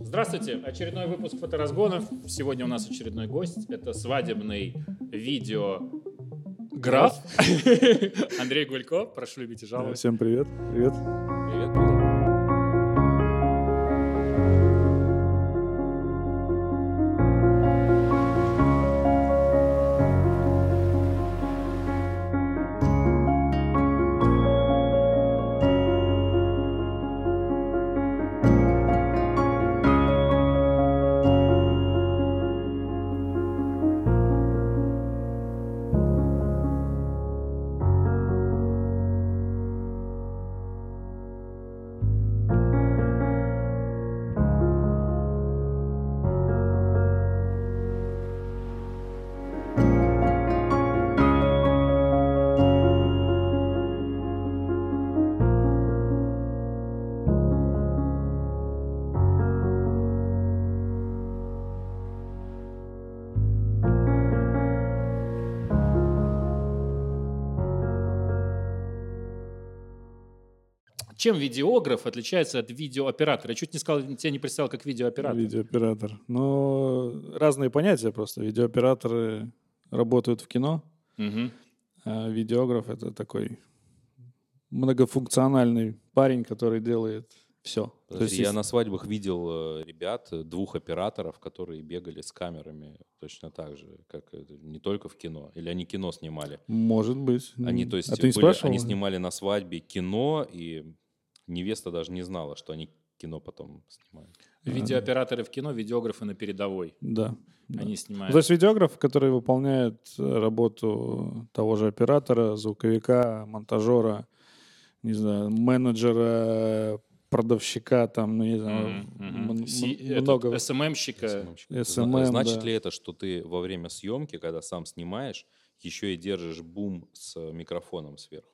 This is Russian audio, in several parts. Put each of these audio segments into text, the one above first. Здравствуйте! Очередной выпуск фоторазгонов. Сегодня у нас очередной гость. Это свадебный видео граф Андрей Гулько. Прошу любить и Да, жаловать. Э, Всем привет. Привет. Привет, привет. Чем видеограф отличается от видеооператора? Я чуть не сказал, тебя не представил как видеооператор. Видеооператор. Ну, разные понятия просто. Видеооператоры работают в кино, Мгм. а видеограф — это такой многофункциональный парень, который делает все. Подожди, я на свадьбах видел э, ребят, э, двух операторов, которые бегали с камерами точно так же, как э, не только в кино. Или они кино снимали. Может быть. Они, то есть, а ты не были- спрашивал? они снимали на свадьбе кино, и невеста даже не знала, что они кино потом снимают. Видеооператоры в кино, видеографы на передовой. Да. да. Они Ну, снимают. То есть видеограф, который выполняет э, работу того же оператора, звуковика, монтажера, не знаю, менеджера, продавщика, там, ну, не знаю, Мгм, м- мгм. м- Си- этот много. СММщика. SMM-щика. Это зна- SMM, Значит да. ли это, что ты во время съемки, когда сам снимаешь, еще и держишь бум с э, микрофоном сверху?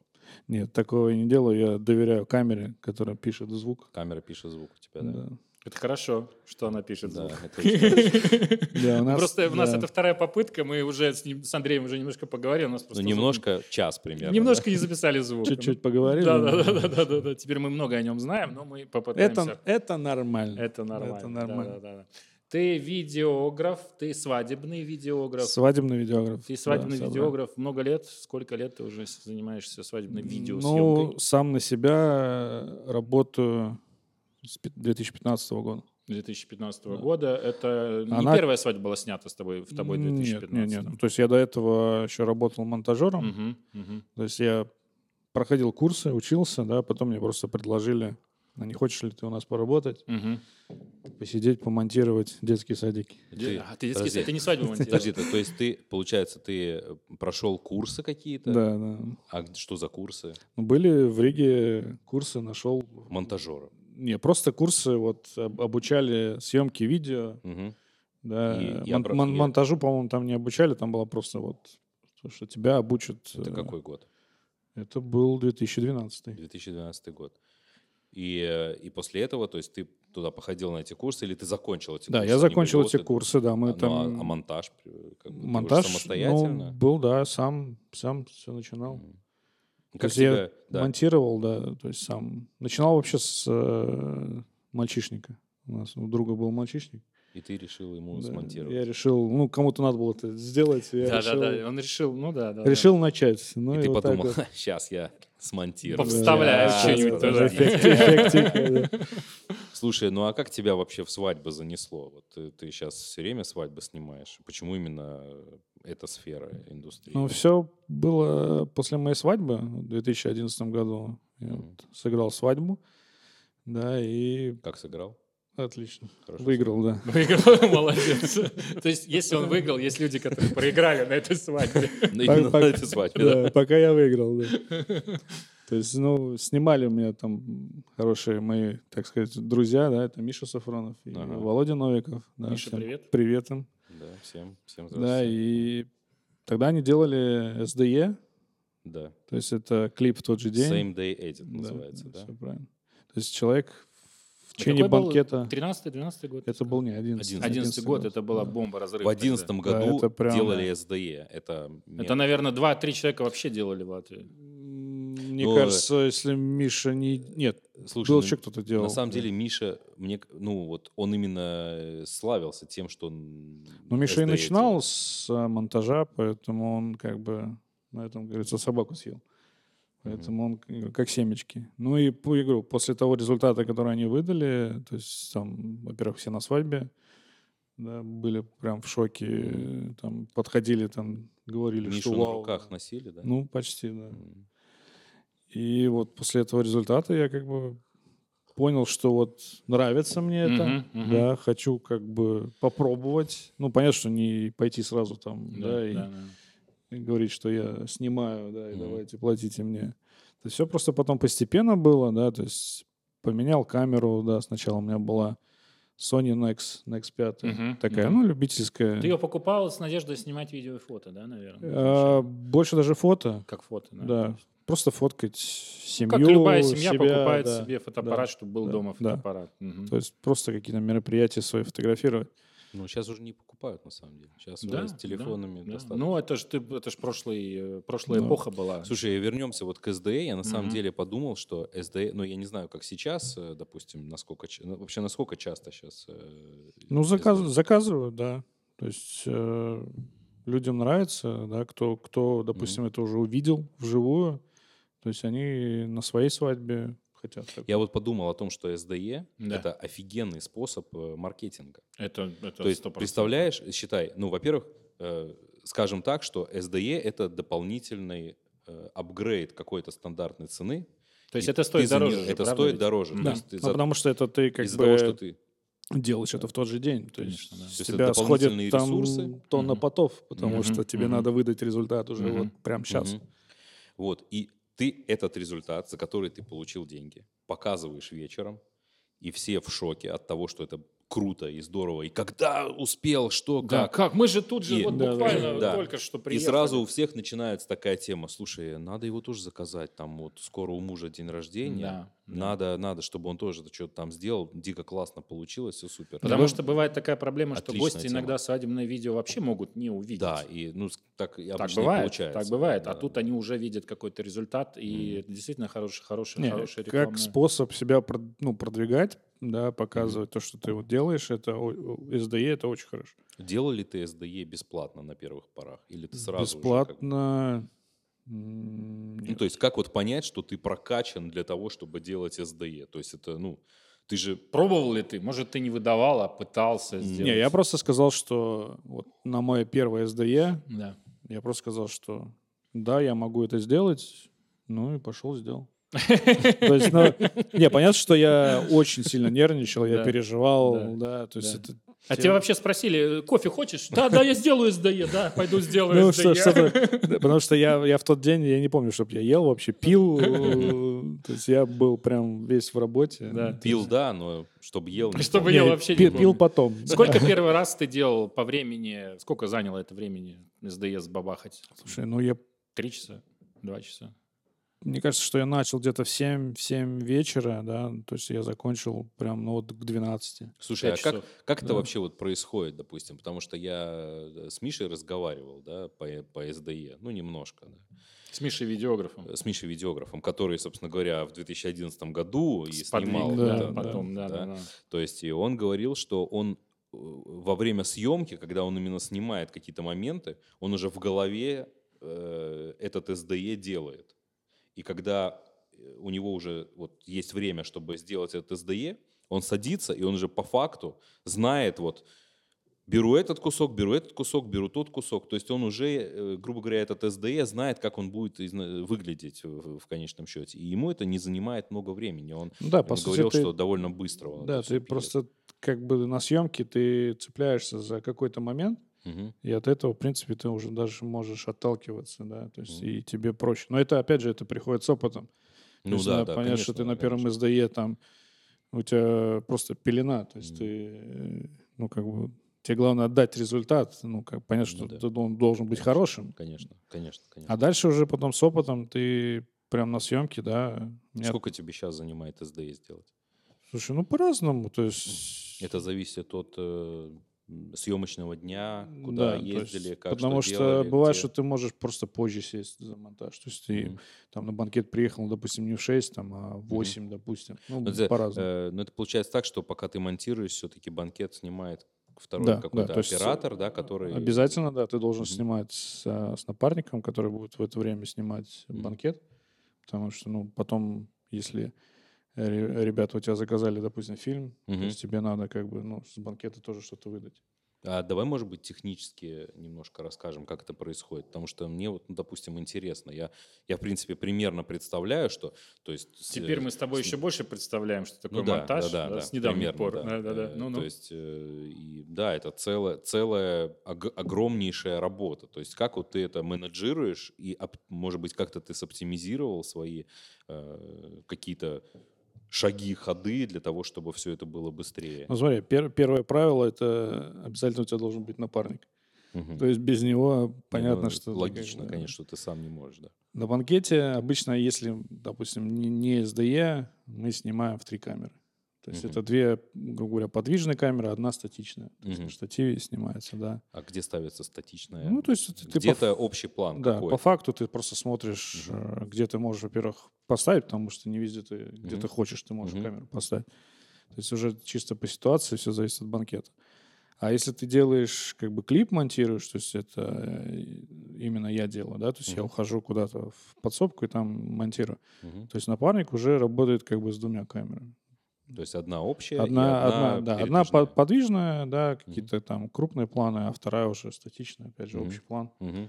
Нет, такого я не делаю. Я доверяю камере, которая пишет звук. Камера пишет звук у тебя, да? Да, Это хорошо, что она пишет Да, звук. это очень- Да, у нас- Просто у нас да. это вторая попытка, мы уже с, ним- с Андреем уже немножко поговорили. У нас Ну, просто звук- немножко, час примерно. Немножко не записали звук. чуть-чуть поговорили. Да, да, да, да, да, да, да. Теперь мы много о нем знаем, но мы попытаемся. Это, это нормально. Это нормально. это нормально. Да, да, да. Ты видеограф, ты свадебный видеограф. Свадебный видеограф. Ты да, свадебный собрал. видеограф. Много лет? Сколько лет ты уже с- занимаешься свадебной Ну, видеосъемкой? сам на себя э, работаю с пи- 2015 года. 2015 года. Это не Она- первая свадьба была снята с тобой, в тобой в Нет, 2015. Нет, нет, То есть я до этого еще работал монтажером. Мгм, мгм. То есть я проходил курсы, учился, да, потом мне просто предложили, «А не хочешь ли ты у нас поработать, Мгм. посидеть, помонтировать детские садики. И Де- ты- а, ты детский подожди. сад, ты не свадьбу Подожди, монтировал. то то есть ты, получается, ты э, прошел курсы какие-то? Да, да. А г- что за курсы? Ну, Были в Риге курсы, нашел... Монтажера. Не, просто курсы вот об- обучали съемки видео, Мгм. да. И- и Мон- обра- мон- и- монтажу, по-моему, там не обучали, там было просто вот, то, что тебя обучат. Это э, какой год? Это был 2012. 2012 год. И, э, и после этого, то есть ты туда походил на эти курсы или ты закончил эти Да, курсы? я Они закончил были эти опыт- курсы, да, мы А, ну, а- там... а монтаж? э, как бы ты уже Монтаж ну, самостоятельно? был, да, сам, сам все начинал. Мгм. То Как есть я тебя... да. Монтировал, да, то есть сам. Начинал вообще с э, мальчишника. У нас у друга был мальчишник. И ты решил ему Да, смонтировать. Я решил, ну, кому-то надо было это сделать. я Да, да, решил, да. Он решил, ну да, да. да. решил начать. Ну, И и ты вот так подумал, вот. сейчас я смонтирую. Повставляю Да, что-нибудь да, туда. да. Эффект- эффектика, да. Слушай, ну а как тебя вообще в свадьбы занесло? Вот ты, сейчас все время свадьбы снимаешь. Почему именно э, эта сфера индустрии? Ну, все было после моей свадьбы в 2011 году. Я Мгм. вот сыграл свадьбу, да, и Как сыграл? отлично. Хорошо. Выиграл, да. Выиграл, Ну, молодец. То есть, если он выиграл, есть люди, которые проиграли на этой свадьбе. сыграл? Ну, именно на Пак- этой свадьбе, да. Да, пока я выиграл, да. То есть, ну, снимали у меня там хорошие мои, так сказать, друзья, да, это Миша Сафронов и Ага. Володя Новиков. да, Миша, всем привет. Привет им. Да, всем, всем Да, здравствуйте. и тогда они делали SDE, Да. то есть это клип в тот же день. Same Day Edit Да, называется, да? всё правильно. То есть человек в течение банкета... 13-12 год. Это был не 11 Одиннадцатый. 11 год, это была да. бомба разрыва. В одиннадцатом Да, году это прям- делали SDE. E. Это, Это, наверное, 2-3 человека вообще делали в Латвии. М, Мне Но- кажется, если Миша не... Нет, Слушай, был ну, еще кто-то делал. на самом деле Миша, мне, к- ну вот он именно э, славился тем, что он... Ну, Миша и SDA начинал делал. с э, монтажа, поэтому он как бы на этом, как говорится, собаку съел. Поэтому он к- как семечки. Ну и по игру. После того результата, который они выдали, то есть там, во-первых, все на свадьбе да, были прям в шоке, э, там подходили, там говорили, Мишу что на вау. руках носили, да? Ну, почти, да. Мгм. И вот после этого результата я как бы понял, что вот нравится мне это. Мгм, мгм. Да, хочу как бы попробовать. Ну, понятно, что не пойти сразу там, да, Да, и, да, да. и говорить, что я снимаю, да, и Мгм. давайте платите мне. То есть все просто потом постепенно было, да, то есть поменял камеру, да, сначала у меня была Sony Nex, Nex 5, Мгм, такая, мгм. ну, любительская. Ты ее покупал с надеждой снимать видео и фото, да, наверное? А, больше даже фото, Как фото, да. Ну, да, просто фоткать семью, Как любая семья себя, покупает да. себе фотоаппарат, чтобы был да, дома да. фотоаппарат. Мгм. То есть просто какие-то мероприятия свои фотографировать. Ну, сейчас уже не покупают, на самом деле. Сейчас Да, уже с телефонами да. достаточно. Ну, это же ты, это ж прошлый, э, прошлая Да. эпоха была. Слушай, вернемся вот к СДЭ. Я на самом Мгм. деле подумал, что СДЭ, ну я не знаю, как сейчас, э, допустим, насколько ч- ну, вообще насколько часто сейчас. э, Ну, SDE? заказ, заказывают, да. То есть э, людям нравится, да, кто, кто, допустим, это уже увидел вживую. То есть они на своей свадьбе хотят. так. Я вот подумал о том, что СДЕ Да. это офигенный способ э, маркетинга. Это, это То есть 100%. представляешь, считай, ну во-первых, э, скажем так, что СДЕ это дополнительный э, апгрейд какой-то стандартной цены. То есть И это стоит ты за дороже. неё- же, это правда стоит ведь? дороже. Мгм. То Да. есть ты Ну, за- потому что это ты как из-за бы того, что ты делаешь это в тот же день. То Конечно, да. есть То с есть это тебя дополнительные сходит там ресурсы. тонна Мгм. потов, потому Мгм, что тебе мгм. надо выдать результат уже Мгм. вот прям сейчас. Мгм. Вот, и ты этот результат, за который ты получил деньги, показываешь вечером, и все в шоке от того, что это круто и здорово, и когда успел, что, Да, как. как? Мы же тут же И- вот Да, да, буквально да. только что И приехали. сразу у всех начинается такая тема, слушай, надо его тоже заказать, там вот скоро у мужа день рождения, Да, да. надо, надо, чтобы он тоже что-то там сделал, дико классно получилось, все супер. Потому Да. что бывает такая проблема, что Отличная гости тема. иногда свадебное видео вообще могут не увидеть. Да, и ну с- так и Так обычно и бывает, получается. так бывает. А Да. тут они уже видят какой-то результат, и это действительно хороший, хороший, Не, хорошая реклама. как способ себя прод- ну, продвигать, да, показывать то, что ты вот делаешь, это о- о- SDE, это очень хорошо. Делал ли ты СДЕ бесплатно на первых порах? Или ты сразу уже как бы- Бесплатно. м, Ну, нет. то есть как вот понять, что ты прокачан для того, чтобы делать СДЕ? То есть это, ну, ты же... Пробовал ли ты? Может, ты не выдавал, а пытался Не, сделать? Не, я просто сказал, что вот на мое первое SDE, Да. я просто сказал, что да, я могу это сделать, ну и пошел сделал. То есть, ну, не, понятно, что я очень сильно нервничал, я Да. переживал, да, то есть Да. это... А те- тебя вообще спросили, э, кофе хочешь? Да, да, я сделаю СДЕ, да, пойду сделаю Ну, СДЕ. что, что-то- да, потому что я, я в тот день, я не помню, чтобы я ел вообще, пил, э, то есть я был прям весь в работе. Да. Пил, да, но чтобы ел... не Чтобы помню. Не, я вообще не пи- помню. пил потом. Сколько первый раз ты делал по времени, сколько заняло это времени СДЕ сбабахать? Слушай, ну я Три часа? Два часа? Мне кажется, что я начал где-то в 7, в 7 вечера, да, то есть я закончил прям, ну, вот к 12. Слушай, а пять как, часов. как это вообще вот происходит, допустим? Потому что я э, с Мишей разговаривал, да, по, э- по СДЕ, ну, немножко, да. С Мишей видеографом. С Мишей Видеографом, который, собственно говоря, в 2011 году и Сподвиг, снимал. да, да, потом, да, да, да. То есть и он говорил, что он э, во время съемки, когда он именно снимает какие-то моменты, он уже в голове э, этот СДЕ делает. И когда э, у него уже вот есть время, чтобы сделать этот СДЕ, он садится, и он уже по факту знает вот беру этот кусок, беру этот кусок, беру тот кусок. То есть он уже, э, грубо говоря, этот СДЕ знает, как он будет изна- выглядеть в, в конечном счете. И ему это не занимает много времени. Он Ну да, он по сути, говорил, ты, что довольно быстро он да, это ты всё пилит. просто как бы на съемке ты цепляешься за какой-то момент, Мгм. и от этого, в принципе, ты уже даже можешь отталкиваться, да, то есть Мгм. и тебе проще. Но это, опять же, это приходит с опытом. То Ну есть да, надо да, понять, что конечно, ты на конечно. первом СДЕ там, у тебя просто пелена, то есть Мгм. ты, э, ну, как бы, тебе главное отдать результат, ну, как понятно, Ну что да. ты дол- должен быть Конечно. хорошим, Конечно, конечно, конечно. А дальше уже потом с опытом ты прям на съемке, да. у меня- Сколько тебе сейчас занимает СД сделать? Слушай, ну по-разному, то есть... Это зависит от э, м, съемочного дня, а, куда Да, то есть, ездили, как Потому что, что, делали, бывает, где. что ты можешь просто позже сесть за монтаж. То есть ты Мгм. там на банкет приехал, допустим, не в 6, там, а в 8, допустим. Ну, Ну, это, по-разному. э, но это получается так, что пока ты монтируешь, все-таки банкет снимает второй Да, да, какой-то то есть, э, оператор, да, который... Обязательно, да, ты должен Мгм. снимать с, а, с напарником, который будет в это время снимать Мгм. банкет, потому что, ну, потом, если ре- ребята у тебя заказали, допустим, фильм, Мгм. то есть тебе надо как бы, ну, с банкета тоже что-то выдать. А давай, может быть, технически немножко расскажем, как это происходит, потому что мне вот, ну, допустим, интересно. Я, я в принципе примерно представляю, что, то есть с- Теперь мы с тобой с- еще больше представляем, что такое ну, да, монтаж да, да, да, да, с недавних примерно, пор. да. Да, да, да. Э, Ну, ну. То есть, э, и, да, это целая, целая ог- огромнейшая работа. То есть, как вот ты это менеджируешь и, оп- может быть, как-то ты соптимизировал свои э, какие-то шаги, ходы для того, чтобы все это было быстрее. Ну, смотри, пер- первое правило — это обязательно у тебя должен быть напарник. Мгм. То есть без него Не, понятно, ну, что... ты логично, как бы- конечно, что ты сам не можешь, да. На банкете обычно, если, допустим, не, не SDE, мы снимаем в три камеры. То есть Мгм. это две, грубо говоря, подвижные камеры, одна статичная. То есть на Мгм. штативе снимается, да. А где ставится статичная? Ну, то есть это ты по Где-то ф- общий план да, какой-то. по факту ты просто смотришь, э, где ты можешь, во-первых, поставить, потому что не везде ты, где Мгм. ты хочешь, ты можешь Мгм. камеру поставить. То есть уже чисто по ситуации все зависит от банкета. А если ты делаешь, как бы клип монтируешь, то есть это э, именно я делаю, да, то есть я Мгм. ухожу куда-то в подсобку и там монтирую. Мгм. То есть напарник уже работает как бы с двумя камерами. То есть одна общая, и Одна, одна, да, одна по- передвижная. подвижная, да, какие-то там крупные планы, а вторая уже статичная, опять же, Мгм. общий план. Мгм.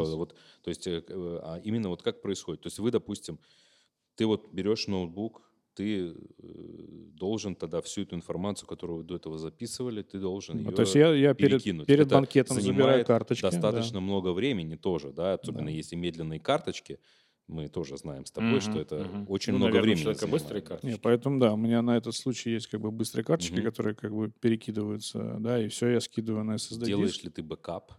То есть- вот, то есть э, к- э, а именно вот как происходит? То есть вы, допустим, ты вот берешь ноутбук, ты э, должен тогда всю эту информацию, которую вы до этого записывали, ты должен Ну, ее То есть я, я перед, перекинуть. перед Это банкетом забираю занимает карточки. да. достаточно много времени тоже, да, особенно Да. если медленные карточки, мы тоже знаем с тобой, что Мгм, это мгм. очень Ну, много наверное, у времени человека занимает, быстрые да. карточки. Не, поэтому да, у меня на этот случай есть как бы быстрые карточки, Мгм. которые как бы перекидываются, да, и все я скидываю на SSD. Делаешь диск. ли ты бэкап?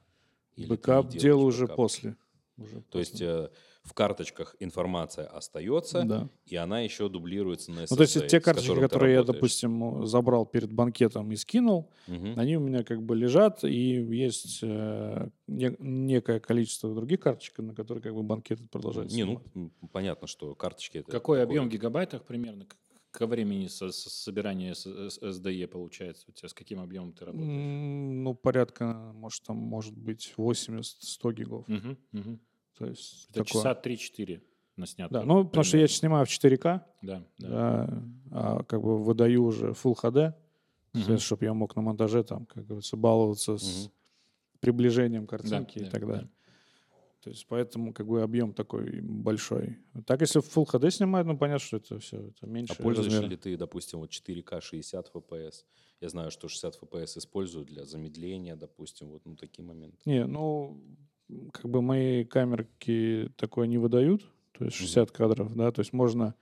или ты не Бэкап делаешь делаю уже бэкап? после. Уже То после. есть э, в карточках информация остается, да. и она еще дублируется на SSD, Ну, то есть те с карточки, которым ты которые я, работаешь. допустим, забрал перед банкетом и скинул, Мгм. Они у меня как бы лежат, и есть э, не- некое количество других карточек, на которые как бы банкеты продолжают. Не, ну, м, понятно, что карточки... Это Какой такое. А объем в гигабайтах примерно к- ко времени со, со- собирания с- с- SDE получается? У тебя с каким объемом ты работаешь? М, ну, порядка, может, там, может быть, 80-100 гигов. Мгм, мгм. То есть Это такое. часа 3-4 на снятку. Да, ну, потому что я примерно. снимаю в 4К, Да, да. да, а как бы выдаю уже Full HD, Мгм. чтобы я мог на монтаже там, как говорится, баловаться с Мгм. приближением картинки да, и так да. далее. То есть поэтому как бы объем такой большой. Так если в Full HD снимают, ну понятно, что это все это меньше. А пользуешься размера. ли ты, допустим, вот 4К 60 FPS? Я знаю, что 60 FPS используют для замедления, допустим, вот ну, такие моменты. Не, ну как бы мои камерки такое не выдают, то есть 60 кадров, да, то есть можно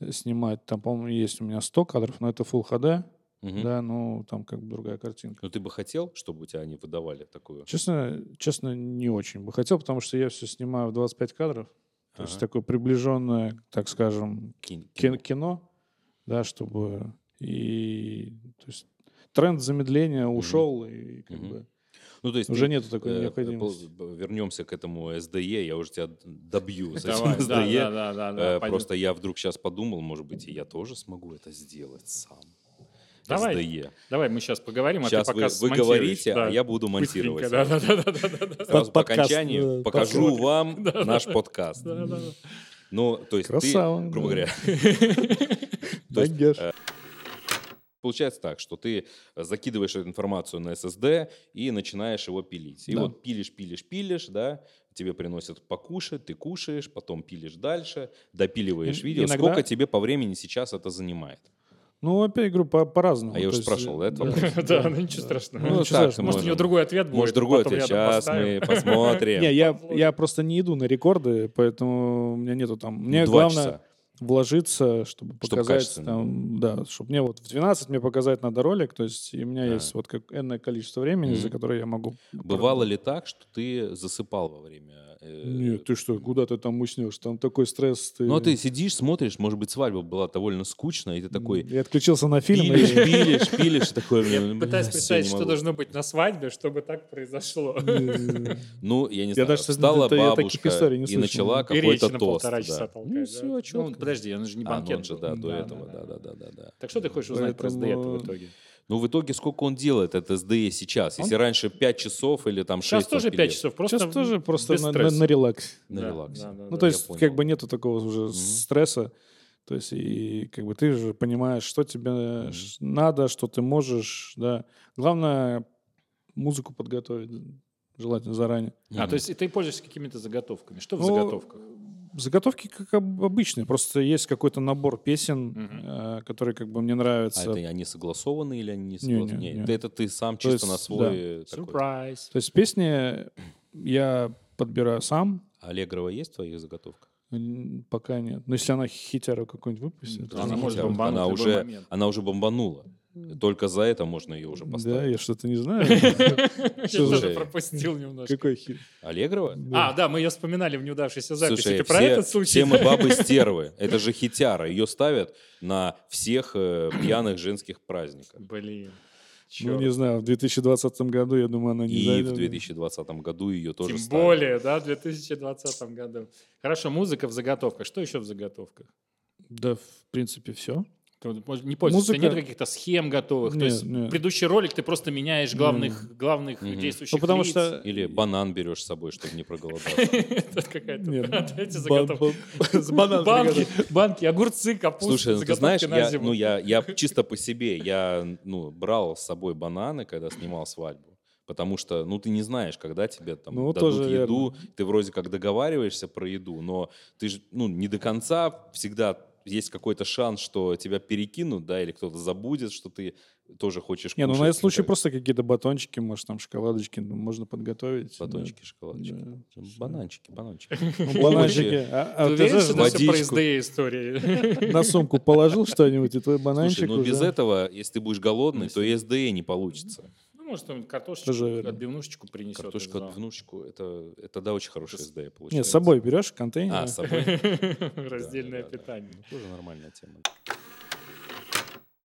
э, снимать, там, по-моему, есть у меня 100 кадров, но это Full HD, Мгм. да, ну там как бы другая картинка. Но ты бы хотел, чтобы у тебя они выдавали такую? Честно, честно, не очень бы хотел, потому что я все снимаю в 25 кадров, то есть Ага. такое приближенное, так скажем, кино, Кин- кино. кино, да, чтобы и то есть тренд замедления ушел и как Мгм. бы Ну, то есть уже ты, нету такой э, необходимости. пол- Вернемся к этому SDE, я уже тебя добью с этим Давай, SDE. да, да, да, да, да, Э, пойдём. Просто я вдруг сейчас подумал, может быть, и я тоже смогу это сделать сам. Давай. SDE. Давай мы сейчас поговорим, а Сейчас ты пока вы, вы смонтируешь, говорите, да. а я буду Быстренько, монтировать. Да, да, да, да, да, да. Сразу по Подкаст, окончанию э, покажу посмотрим. вам наш подкаст. Да, да, да. Ну, то есть ты, Красава, грубо да. говоря, то есть, э, получается так, что ты э, закидываешь эту информацию на SSD и начинаешь его пилить. И Да. вот пилишь, пилишь, пилишь, да, тебе приносят покушать, ты кушаешь, потом пилишь дальше, допиливаешь И- видео. иногда- Сколько тебе по времени сейчас это занимает? Ну, опять говорю, по- по-разному. А я то уже есть, э, спрашивал, да, этот вопрос? Да, ну ничего страшного. Ну, Может, ничего так, страшного. Может, у него можем. другой ответ будет. Может, другой потом ответ. рядом Сейчас поставим. мы посмотрим. Не, я, я просто не иду на рекорды, поэтому у меня нету там... Мне Два главное часа. вложиться, чтобы показать качественно там... Да, чтобы мне вот в 12 мне показать надо ролик, то есть и у меня Да. есть вот как энное количество времени, Мгм. за которое я могу... Бывало ли так, что ты засыпал во время э, Нет, ты что, куда ты там уснешь? Там такой стресс. Ты... Ну, а ты сидишь, смотришь, может быть, свадьба была довольно скучная, и ты такой Я отключился на фильм. пилишь, и- пилишь, пилишь, и такой... Я «Блин, пытаюсь всё, не представить, что могу». должно быть на свадьбе, чтобы так произошло. Ну, я не Я знаю, даже, кстати, встала это- я таких бабушка историй не и слышал. начала И речь какой-то на тост. полтора часа да. толкает, Ну, да? всё, Ну, чётко. подожди, он же не А, ну, он банкет же, был. да, до Да, этого, да, да, да. да, да, да, да. Так что ты хочешь узнать про Поэтому- СДЭ в итоге? Ну, в итоге сколько он делает, это СДЕ сейчас? Он- Если раньше 5 часов или там 6 Сейчас тоже 5 часов, просто Сейчас тоже просто без на, на- стресса. на релакс. На Да, релаксе. да, да, Ну, да. то я есть, понял. как бы нету такого уже Мгм. стресса. То есть, и как бы ты же понимаешь, что тебе ш- надо, что ты можешь, да. Главное, музыку подготовить, желательно заранее. А, то Мгм. есть ты пользуешься какими-то заготовками. Что в Ну, заготовках? Заготовки, как об- обычные, просто есть какой-то набор песен, Мгм. э, которые как бы мне А нравятся. это они согласованы или они не Не, согласованы? не, Не, не. ты- Это ты сам То чисто есть, на свой такой. Сюрприз. То есть песни я подбираю сам, Аллегрова есть в твоих заготовках? м, пока нет. Но если она хитяру какую-нибудь выпустит, Да, она не может хотя бы. бомбануть она в любой уже, момент. она уже бомбанула. Только за это можно ее уже да, поставить. я что-то не знаю. Я тоже Слушай. пропустил немножко. Какой хит? Ну, Аллегрова? А, да, мы ее вспоминали в неудавшейся записи. Слушай, Ты про все, этот случай? все мы бабы стервы. Это же хитяра. Ее ставят на всех э, пьяных женских праздниках. Блин. Ну, чёрт. не знаю, в 2020 году, я думаю, она не И зайдет. в 2020 году ее тоже Тем ставят. более, да, в 2020 году. Хорошо, музыка в заготовках. Что еще в заготовках? Да, в принципе, все. Ты вот, может, Не пользуешься, Музыка- нет каких-то схем готовых. Нет, То есть нет. предыдущий ролик ты просто меняешь главных, главных Мгм. действующих Ну, потому лиц. что... Или банан берешь с собой, чтобы не проголодаться. Это какая-то Нет, ну, опять бан- заготовка. бан- С бананами Банки. готовят. банки, огурцы, капуста, Слушай, ну ты заготовки знаешь, на я, зиму. ну, я, я чисто по себе, я ну, брал с собой бананы, когда снимал свадьбу. Потому что, ну, ты не знаешь, когда тебе там Ну, дадут тоже еду, ты вроде как договариваешься про еду, но ты же, ну, не до конца всегда есть какой-то шанс, что тебя перекинут, да, или кто-то забудет, что ты тоже хочешь Не, ну кушать на и этот случай так просто какие-то батончики, может, там шоколадочки ну, можно подготовить. да. Батончики, шоколадочки. Да. Бананчики, бананчики. Ну, Бананчики. А- а Ты ты уверен, знаешь, что это все про водичку. СД истории? на сумку положил что-нибудь, и твой бананчик Слушай, ну без уже- этого, если ты будешь голодный, то и СДЭ не получится. Ну, может, там картошечку, Тоже верно. отбивнушечку принесет. Картошка из зала. отбивнушку, это, это да, очень хорошая СДЭ получается. Нет, с собой берешь контейнер. А, с собой. Раздельное Да, да, да. питание. Тоже нормальная тема.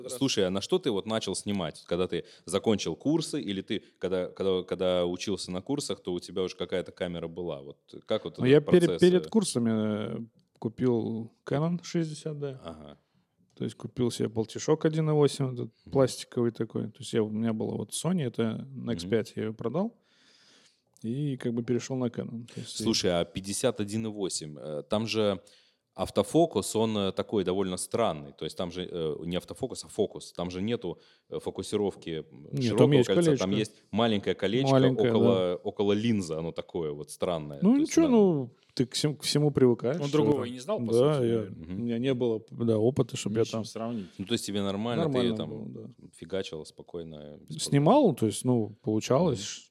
Слушай, а на что ты вот начал снимать? Когда ты закончил курсы или ты, когда, когда, когда учился на курсах, то у тебя уже какая-то камера была? Вот как вот Ну, этот я перед, процесс, перед э, курсами э, купил Canon 60D. Ага. То есть купил себе болтишок 1.8, этот пластиковый такой. То есть я, у меня была вот Sony, это на X5 я ее продал. И как бы перешел на Canon. То есть и- Слушай, а 51.8, э, там же автофокус, он э, такой довольно странный. То есть там же э, не автофокус, а фокус. Там же нету э, фокусировки м, Нет, там широкого есть кольца. Там колечко. есть маленькое колечко Маленькое, около, около линзы. Оно такое вот странное. ну То есть ничего, она- ну ты к всему, к всему привыкаешь. Он другого Э, и не знал, по Да, сути, я- наверное. Мгм. у меня не было да, опыта, чтобы я Нечем там сравнить. Ну, то есть тебе нормально, нормально ты там был, да. фигачил спокойно. э, без Снимал, то есть, ну, получалось.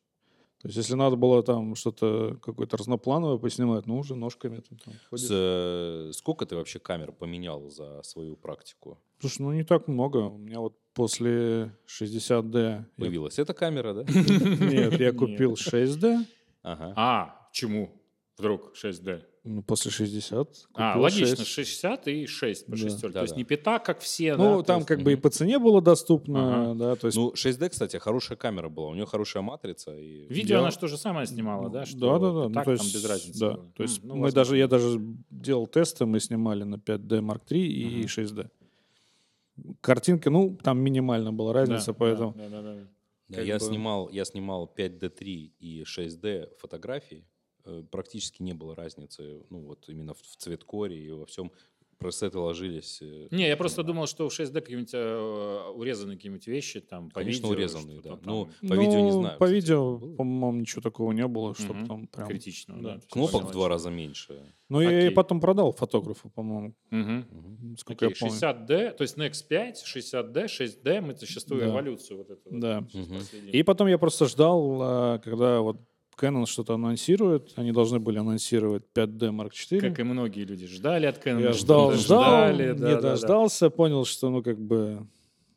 То есть, если надо было там что-то какое-то разноплановое поснимать, ну, уже ножками ты там проблем. ходишь. С, э, сколько ты вообще камер поменял за свою практику? Слушай, ну, не так много. У меня вот после 60D... я- Появилась эта камера, да? Нет, я Нет. купил 6D. Ага. А, чему? Вдруг 6D. Ну, после 60 купил А, логично, 6. 60 и 6 по Да. шестерке. То Да-да. есть не пята, как все. да, Ну, то там есть- как бы и мгм. по цене было доступно, да, то есть... Ну, 6D, кстати, хорошая камера была. У нее хорошая матрица. И... Видео я- она же тоже самая снимала, да? что да, да, да. Так, ну, то там есть, без разницы. Да. было. То есть М, ну, мы возможно. даже, я даже делал тесты, мы снимали на 5D Mark III и 6D. Картинки, ну, там минимально была Да, разница, да, поэтому... да, да, да. Да, как я, бы- снимал, я снимал 5D3 и 6D фотографии. Э, Практически не было разницы, ну вот именно в, в цвет кори и во всем. Пресеты ложились. э, Не, я просто думал, что в 6D какие-нибудь э, урезаны какие-нибудь вещи там. по Конечно, видео, урезанные, что-то да. там Ну, По видео Ну, не знаю, По кстати, видео, было. по-моему, ничего такого не было, чтобы Мгм. там прям... критичного, да. да. Кнопок в два раза меньше. Ну, я и Окей. потом продал фотографу, по-моему, Мгм. Мгм. сколько Окей, я помню. 60D, то есть на X5, 60D, 6D, мы это шестую Да. эволюцию вот эту. вот Да. сейчас Мгм. последнюю. И потом я просто ждал, а, когда вот Canon что-то анонсирует, они должны были анонсировать 5D Mark IV. Как и многие люди ждали от Canon. Я ждал, ждал, ждали, да, да, не да. дождался, понял, что, ну, как бы,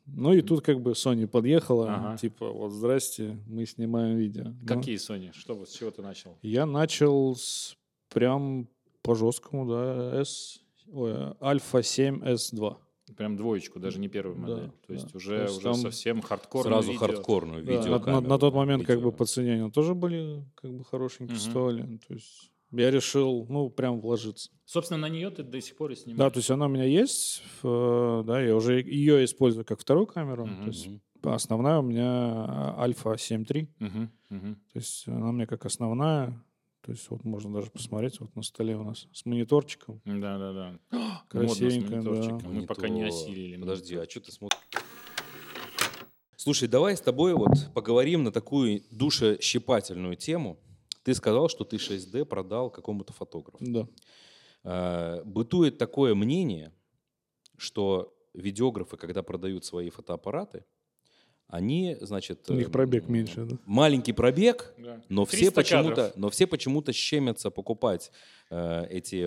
Ну и тут как бы Sony подъехала, Ага. типа, вот здрасте, мы снимаем видео. Ну, Какие, Sony? Что, вот с чего ты начал? я начал с прям по жесткому, да, S, ой, Альфа 7 S2. Прям двоечку, даже не первую Да, модель. То есть да. уже, То есть уже там совсем хардкорное Сразу видео. хардкорную Да, видео. на, на- на тот момент как бы по цене они тоже были как бы хорошенькие, Мгм. стоили. То есть я решил, ну, прям вложиться. Собственно, на нее ты до сих пор и снимаешь. Да, то есть она у меня есть, э, да, я уже ее использую как вторую камеру. Мгм. То есть А основная у меня а, Альфа 7.3. Мгм, мгм. То есть она мне как основная. То есть вот можно даже посмотреть, вот на столе у нас с мониторчиком. Да-да-да. Красивенько, Модно с да. мониторчиком. А Мы пока не осилили. А Подожди, а что ты смотришь? Слушай, давай с тобой вот поговорим на такую душещипательную тему. Ты сказал, что ты 6D продал какому-то фотографу. Да. Э, Бытует такое мнение, что видеографы, когда продают свои фотоаппараты, они, значит... У них э, пробег м, меньше, да. Маленький пробег, Да. но все, 300 кадров. почему-то, но все почему-то щемятся покупать э, эти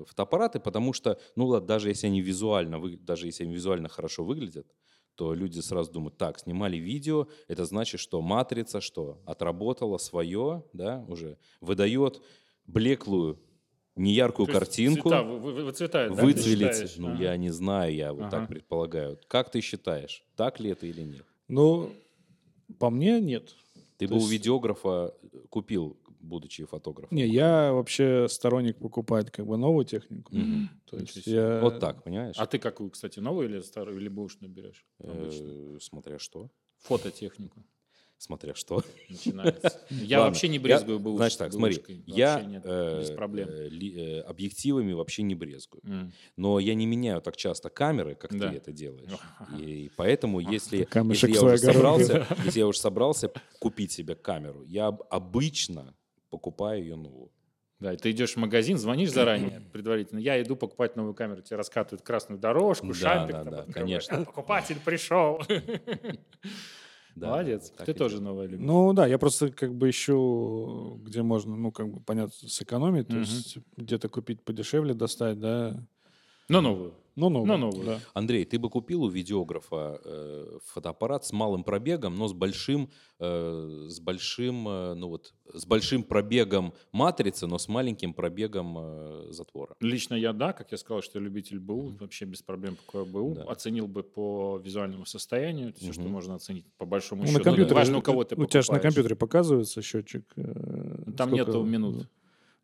э, фотоаппараты, потому что, ну ладно, даже если они визуально, вы- даже если они визуально хорошо выглядят, то люди сразу думают, так, снимали видео, это значит, что матрица, что отработала свое, да, уже выдает блеклую, неяркую То есть картинку. Цвета, вы, вы- выцветает, да, ты Выцвелится. считаешь? Ну, Ага. я не знаю, я вот так Ага. предполагаю. Как ты считаешь, так ли это или нет? Ну, по мне нет. Ты То бы у есть- видеографа купил, будучи фотографом. Не, я вообще сторонник покупать как бы новую технику. Мгм. То есть Ничего себе. я- Вот так, понимаешь? А ты какую, кстати, новую или старую, или бэушную берешь? Обычно. Э, Смотря что. Фототехнику Смотря что. начинается. Я Ладно, вообще не я- брезгую бэуш- Значит так, бэушкой. смотри, Вообще я нет, э, без проблем. э, ли- э, объективами вообще не брезгую. М. Но я не меняю так часто камеры, как Да. ты это делаешь. И поэтому, если, камешек если я в уже свой огород. собрался, если я уже собрался купить себе камеру, я об- обычно покупаю ее новую. Да, и ты идешь в магазин, звонишь заранее, предварительно. Я иду покупать новую камеру, тебе раскатывают красную дорожку, Да, шампик. да, там да, открываешь. конечно. Покупатель пришел. Да, Молодец. так Ты и тоже новая любишь. Ну да, я просто как бы ищу, где можно, ну как бы, понятно, сэкономить, то Мгм. есть где-то купить подешевле, достать, да. Но новую. Ну, новую. Но новую. да. Андрей, ты бы купил у видеографа э, фотоаппарат с малым пробегом, но с большим, э, с большим, э, ну вот, с большим пробегом матрицы, но с маленьким пробегом э, затвора. Лично я, да, как я сказал, что я любитель БУ, Мгм. вообще без проблем покупаю БУ. Да. Оценил бы по визуальному состоянию, все, что Мгм. можно оценить по большому Ну, счету. на Ну, компьютере, Важно, у кого ты У тебя же на покупаешь. компьютере показывается счетчик. э, Там сколько- нету минут.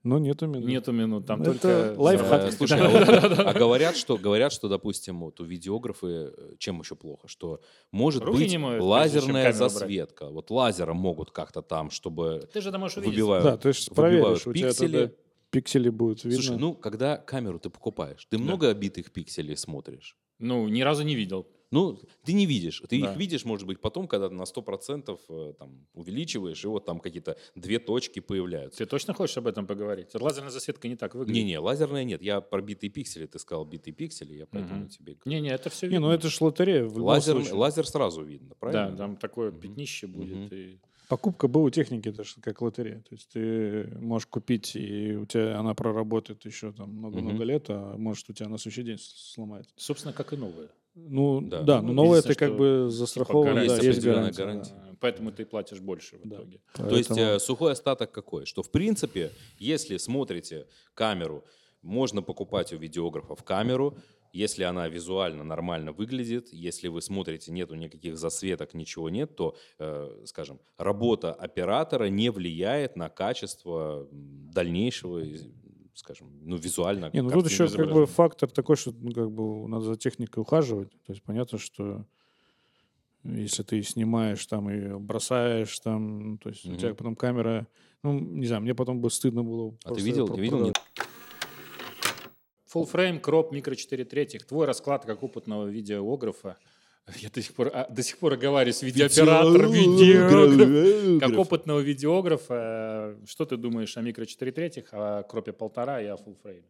Ну, нету минут. Нету минут, там Это только... лайфхак. Э, Да, слушай, да, а, вот- да, да, да. а говорят, что говорят, что, допустим, вот у видеографы э, чем еще плохо, что может Руки быть не моют, прежде чем лазерная камеру брать. засветка, вот лазером могут как-то там, чтобы Ты же это можешь увидеть. выбивают, Да, ты же выбивают проверишь, у тебя пиксели. тогда пиксели будут видно. Слушай, ну когда камеру ты покупаешь, ты Да. много обитых пикселей смотришь? Ну, ни разу не видел. Ну, ты не видишь. Ты Да. их видишь, может быть, потом, когда ты на 100% э, там, увеличиваешь, и вот там какие-то две точки появляются. Ты точно хочешь об этом поговорить? Лазерная засветка не так выглядит. Не-не, лазерная нет. Я про битые пиксели, ты сказал битые пиксели, я поэтому Мгм. тебе говорю. Не-не, это все не, ну это же лотерея. В любом Лазер, случае. лазер сразу видно, правильно? Да, там такое Мгм. пятнище будет. Мгм. и- Покупка БУ техники это же как лотерея. То есть ты можешь купить, и у тебя она проработает еще там много-много Мгм. лет, а может у тебя на следующий день с- сломает. Собственно, как и новое. Ну Да. да, Ну, но новое единственное, ты как что типа бы застрахован, гарантия. да, Есть есть определенная гарантия. гарантия. А, Поэтому ты платишь больше в Да. итоге. да. То есть Поэтому- э, сухой остаток какой? Что, в принципе, если смотрите камеру, можно покупать у видеографов камеру, если она визуально нормально выглядит, если вы смотрите, нету никаких засветок, ничего нет, то, э, скажем, работа оператора не влияет на качество м, дальнейшего, из- скажем, ну, визуально. Не, ну тут картины еще как бы изображения. фактор такой, что ну, как бы надо за техникой ухаживать. То есть понятно, что если ты снимаешь там и бросаешь там, ну, то есть у Мгм. тебя потом камера, ну не знаю, мне потом бы стыдно было. А ты просто видел, про- ты видел? продавать. Full frame, кроп, микро 4 третьих. Твой расклад как опытного видеографа. Я до сих пор, а, до сих пор оговариваюсь, видеооператор, видеограф. Как опытного видеографа, э, что ты думаешь о микро 4 третьих, а о кропе полтора и о full frame?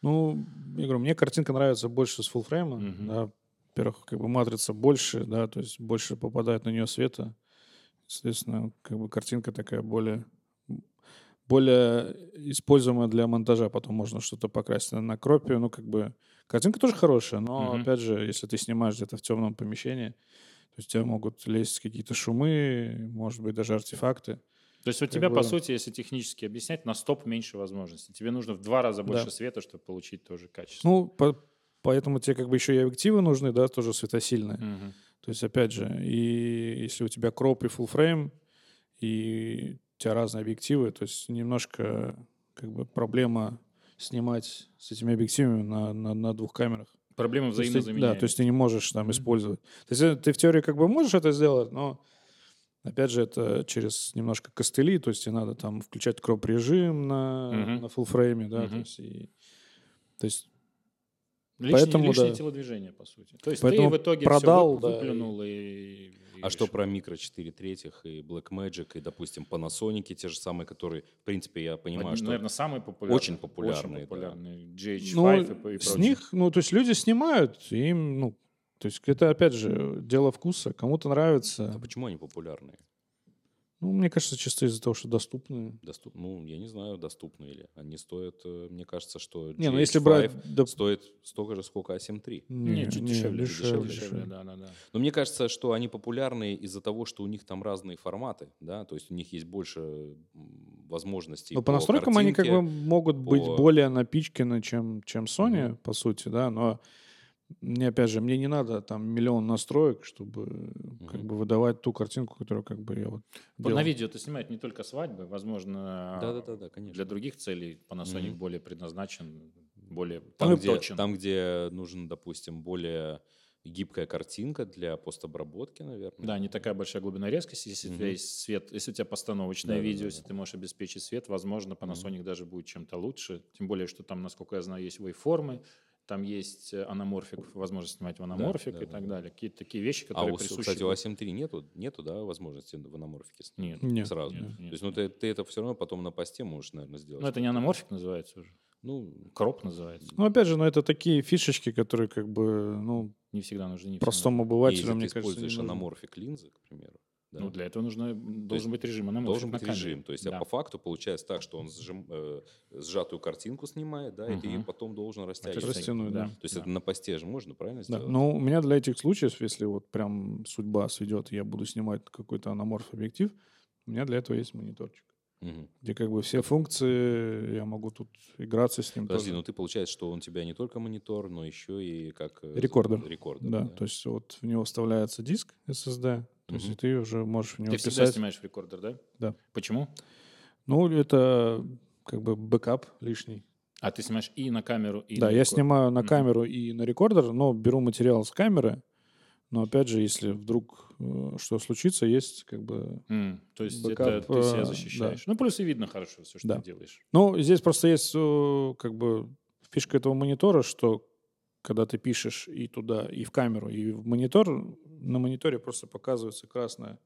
Ну, я говорю, мне картинка нравится больше с фулфрейма. Мгм. Да. Во-первых, как бы матрица больше, да, то есть больше попадает на нее света. Соответственно, как бы картинка такая более более используемая для монтажа. Потом можно что-то покрасить на кропе. Ну, как бы картинка тоже хорошая, но, Мгм. опять же, если ты снимаешь где-то в темном помещении, то есть у тебя могут лезть какие-то шумы, может быть, даже артефакты. То есть у тебя, бы- по сути, если технически объяснять, на стоп меньше возможностей. Тебе нужно в два раза больше Да. света, чтобы получить тоже качество. Ну, по- поэтому тебе как бы еще и объективы нужны, да, тоже светосильные. Мгм. То есть, опять же, и если у тебя кроп и фулфрейм, и у тебя разные объективы, то есть немножко как бы проблема снимать с этими объективами на, на, на двух камерах. Проблема То есть ты- взаимозаменяемая. да, то есть ты не можешь там Мгм. использовать. То есть э, ты в теории как бы можешь это сделать, но опять же это через немножко костыли, то есть тебе надо там включать кроп-режим на, Мгм. на фулфрейме, да, то Мгм. есть и- то есть лишнее, поэтому, лишнее да. телодвижение, по сути. То есть Поэтому ты в итоге продал, продал, да, и- выплюнул и... и А что решил. про микро 4 третьих и Blackmagic, и, допустим, Panasonic, те же самые, которые, в принципе, я понимаю, Один, что... наверное, самый популярный. очень популярные, да. Очень популярный. GH5 Ну, и, п- и с прочее. них, ну, то есть люди снимают, и им, ну, то есть это, опять же, дело вкуса. Кому-то А нравится. почему они популярные? Ну, мне кажется, чисто из-за того, что доступны. Доступ... Ну, я не знаю, доступны ли. Они стоят, э, мне кажется, что Не, ну если GH5 брать... доп- стоит столько же, сколько А7-3. Не, чуть дешевле. дешевле, Дешевле, дешевле. да, да, да. Но мне кажется, что они популярны из-за того, что у них там разные форматы, да, то есть у них есть больше м, возможностей. Но Типа по настройкам Ну, они как картинке. бы могут быть по- более напичканы, чем, чем Sony, по сути, да, но мне, опять же, мне не надо там миллион настроек, чтобы как Мгм. бы выдавать ту картинку, которую как бы я вот Вот делал. На видео ты снимают не только свадьбы, возможно, Да-да-да, конечно. для других целей Panasonic Мгм. более предназначен, более Ну Там, где, точен. там, где нужен, допустим, более гибкая картинка для постобработки, наверное. Да, не такая большая глубина резкости, если у тебя Мгм. есть свет, если у тебя постановочное Да-да-да-да. видео, если ты можешь обеспечить свет, возможно, Panasonic даже будет чем-то лучше. Тем более, что там, насколько я знаю, есть вейформы, там есть э, анаморфик, возможность снимать в анаморфик и да-да-да. так далее. Какие-то такие вещи, А которые у, присущи. кстати, у будут. А7-3 нету, нету, да, возможности в анаморфике с- Нет. Нет. сразу. нет, То нет, есть, ну, ты, ты это все равно потом на посте можешь, наверное, сделать. Ну, это не анаморфик называется уже. Ну, Кроп называется. Ну, опять же, но это такие фишечки, которые как бы, ну, Не всегда нужны. не всегда простому если обывателю, ты мне кажется, не используешь нужно. анаморфик линзы, к примеру, да, Ну, для этого нужно, м, должен быть режим. Она может должен быть на камере. режим. То есть, Да. а по факту получается так, что он сжим- э, сжатую картинку снимает, да, и ты ее Мгм. потом должен Отлично. растягивать. Растянуть. Растяну, да. То есть это на посте же можно, правильно Да, ну, сделать? но у меня для этих случаев, если вот прям судьба сведет, и я буду снимать какой-то анаморф объектив, у меня для этого есть мониторчик, Мгм. где как бы все функции, я могу тут играться с ним. Подожди, тоже. ну ты получается, что он у тебя не только монитор, но еще и как... э, Рекордер. Рекордер, да, то есть вот в него вставляется диск SSD, то есть Мгм. и ты уже можешь в него Ты всегда писать. снимаешь в рекордер, да? Да. Почему? Ну, это как бы бэкап лишний. А ты снимаешь и на камеру, и да, на я рекорд. снимаю на Мгм. камеру и на рекордер, но беру материал с камеры. Но опять же, если вдруг э, что случится, есть как бы М, то есть Бэкап, это ты э, да. себя защищаешь. Ну, плюс и видно хорошо все, что Да. ты делаешь. Ну, здесь просто есть э, как бы фишка этого монитора, что когда ты пишешь и туда, и в камеру, и в монитор, на мониторе просто показывается красное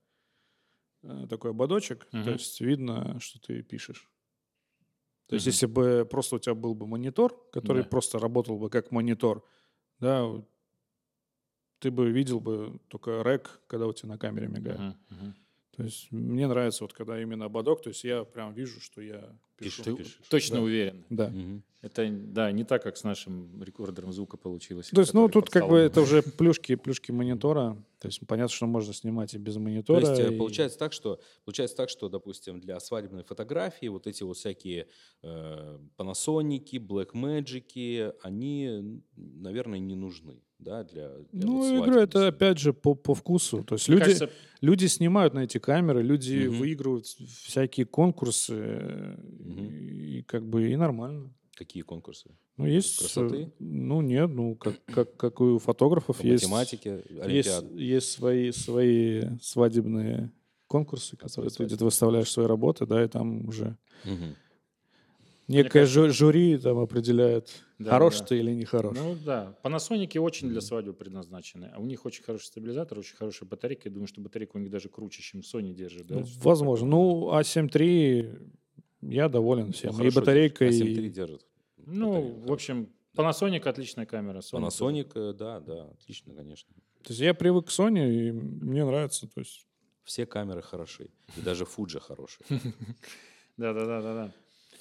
э, такой ободочек, то Мгм. есть видно, что ты пишешь. То есть Мгм. если бы просто у тебя был бы монитор, который Да. просто работал бы как монитор, да, у- ты бы видел бы только рек, когда у тебя на камере мигает. Мгм, мгм. То есть мне нравится вот когда именно ободок, то есть я прям вижу, что я пишу. Пишешь, Ты пишешь. точно Да. уверен. Да. Мгм. Это, да, не так, как с нашим рекордером звука получилось. То есть, ну, который под тут как бы столом. это уже плюшки, плюшки монитора. То есть, понятно, что можно снимать и без То монитора. есть э, и- получается так, что получается так, что, допустим, для свадебной фотографии вот эти вот всякие э, панасоники, блэкмэджики, они, наверное, не нужны, да, для, для Ну, вот я говорю, свадебной это съемки. опять же по, по вкусу. То есть Мне люди, кажется, люди снимают на эти камеры, люди Мгм. выигрывают всякие конкурсы, э, Мгм. и как бы и нормально. Какие конкурсы? Ну, есть... э, Красоты? Ну, нет, ну, как, как, как и у фотографов По есть... математике, Есть, олимпиады. есть свои, свои свадебные конкурсы, которые ты свадебные. где-то выставляешь свои работы, да, и там уже Мгм. Некое жю- жюри там определяет, Да, хорош да. ты или не хорош. ну да, Panasonic очень для свадьбы предназначены. А у них очень хороший стабилизатор, очень хорошая батарейка. Я думаю, что батарейка у них даже круче, чем Sony держит. да, Ну, что-то возможно. такое. Ну, А7-3 я доволен всем. и Ну, хорошо, батарейкой, держит. А 7.3 и... держит. Ну, батарею, в общем, Panasonic отличная камера. Sony тоже. Panasonic, э, да, да, отлично, конечно. То есть я привык к Sony, и мне нравится. То есть Все камеры хороши. И даже Fuji хорошие. Да-да-да-да.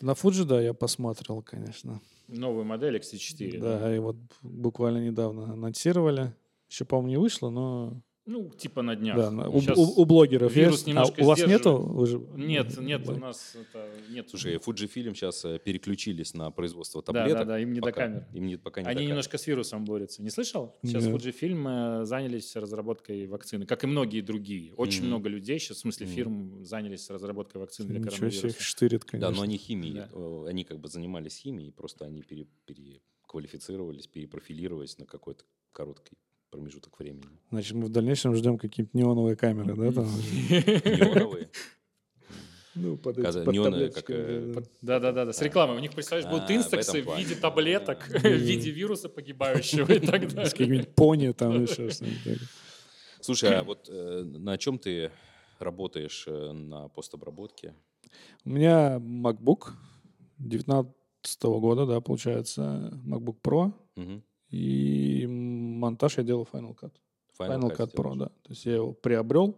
На Fuji, да, я посмотрел, конечно. Новую модель XT4. да, и вот буквально недавно анонсировали. Еще, по-моему, не вышло, но... Ну, типа на днях. Да, на- у, Щас- у- у блогеров вирус есть. А немножко у вас сдерживает. нету? Вы же- Нет, нет, у Блог- нас это нет. Слушай, Fujifilm сейчас э, переключились на производство да, таблеток. да, да, им не до Пока- камер. Им не, пока не до Они камер. немножко с вирусом борются. Не слышал? Сейчас Нет. Fujifilm э, занялись разработкой вакцины, как и многие другие. Очень Мгм. много людей сейчас, в смысле Мгм. фирм, занялись разработкой вакцины для Ничего себе, их коронавируса. штырит, конечно. Да, но они химией, Да. э, они как бы занимались химией, просто они пере- переквалифицировались, перепрофилировались на какой-то короткий промежуток времени. Значит, мы в дальнейшем ждем какие-нибудь неоновые камеры, да? Там? Неоновые. Ну, под, Каза- под неоновые, таблеточками, как, э, Да, да, да, да, да. С рекламой. У них, представляешь, будут А, в инсексы этом в плане. виде таблеток, в Да. виде вируса погибающего и так С далее. какими-нибудь пони там еще что-нибудь. Слушай, а вот э, на чем ты работаешь э, на постобработке? У меня MacBook 19 года, да, получается, MacBook Pro. Мгм. И монтаж я делал Final Cut. Final, Cut, Pro, делаешь? да. То есть я его приобрел.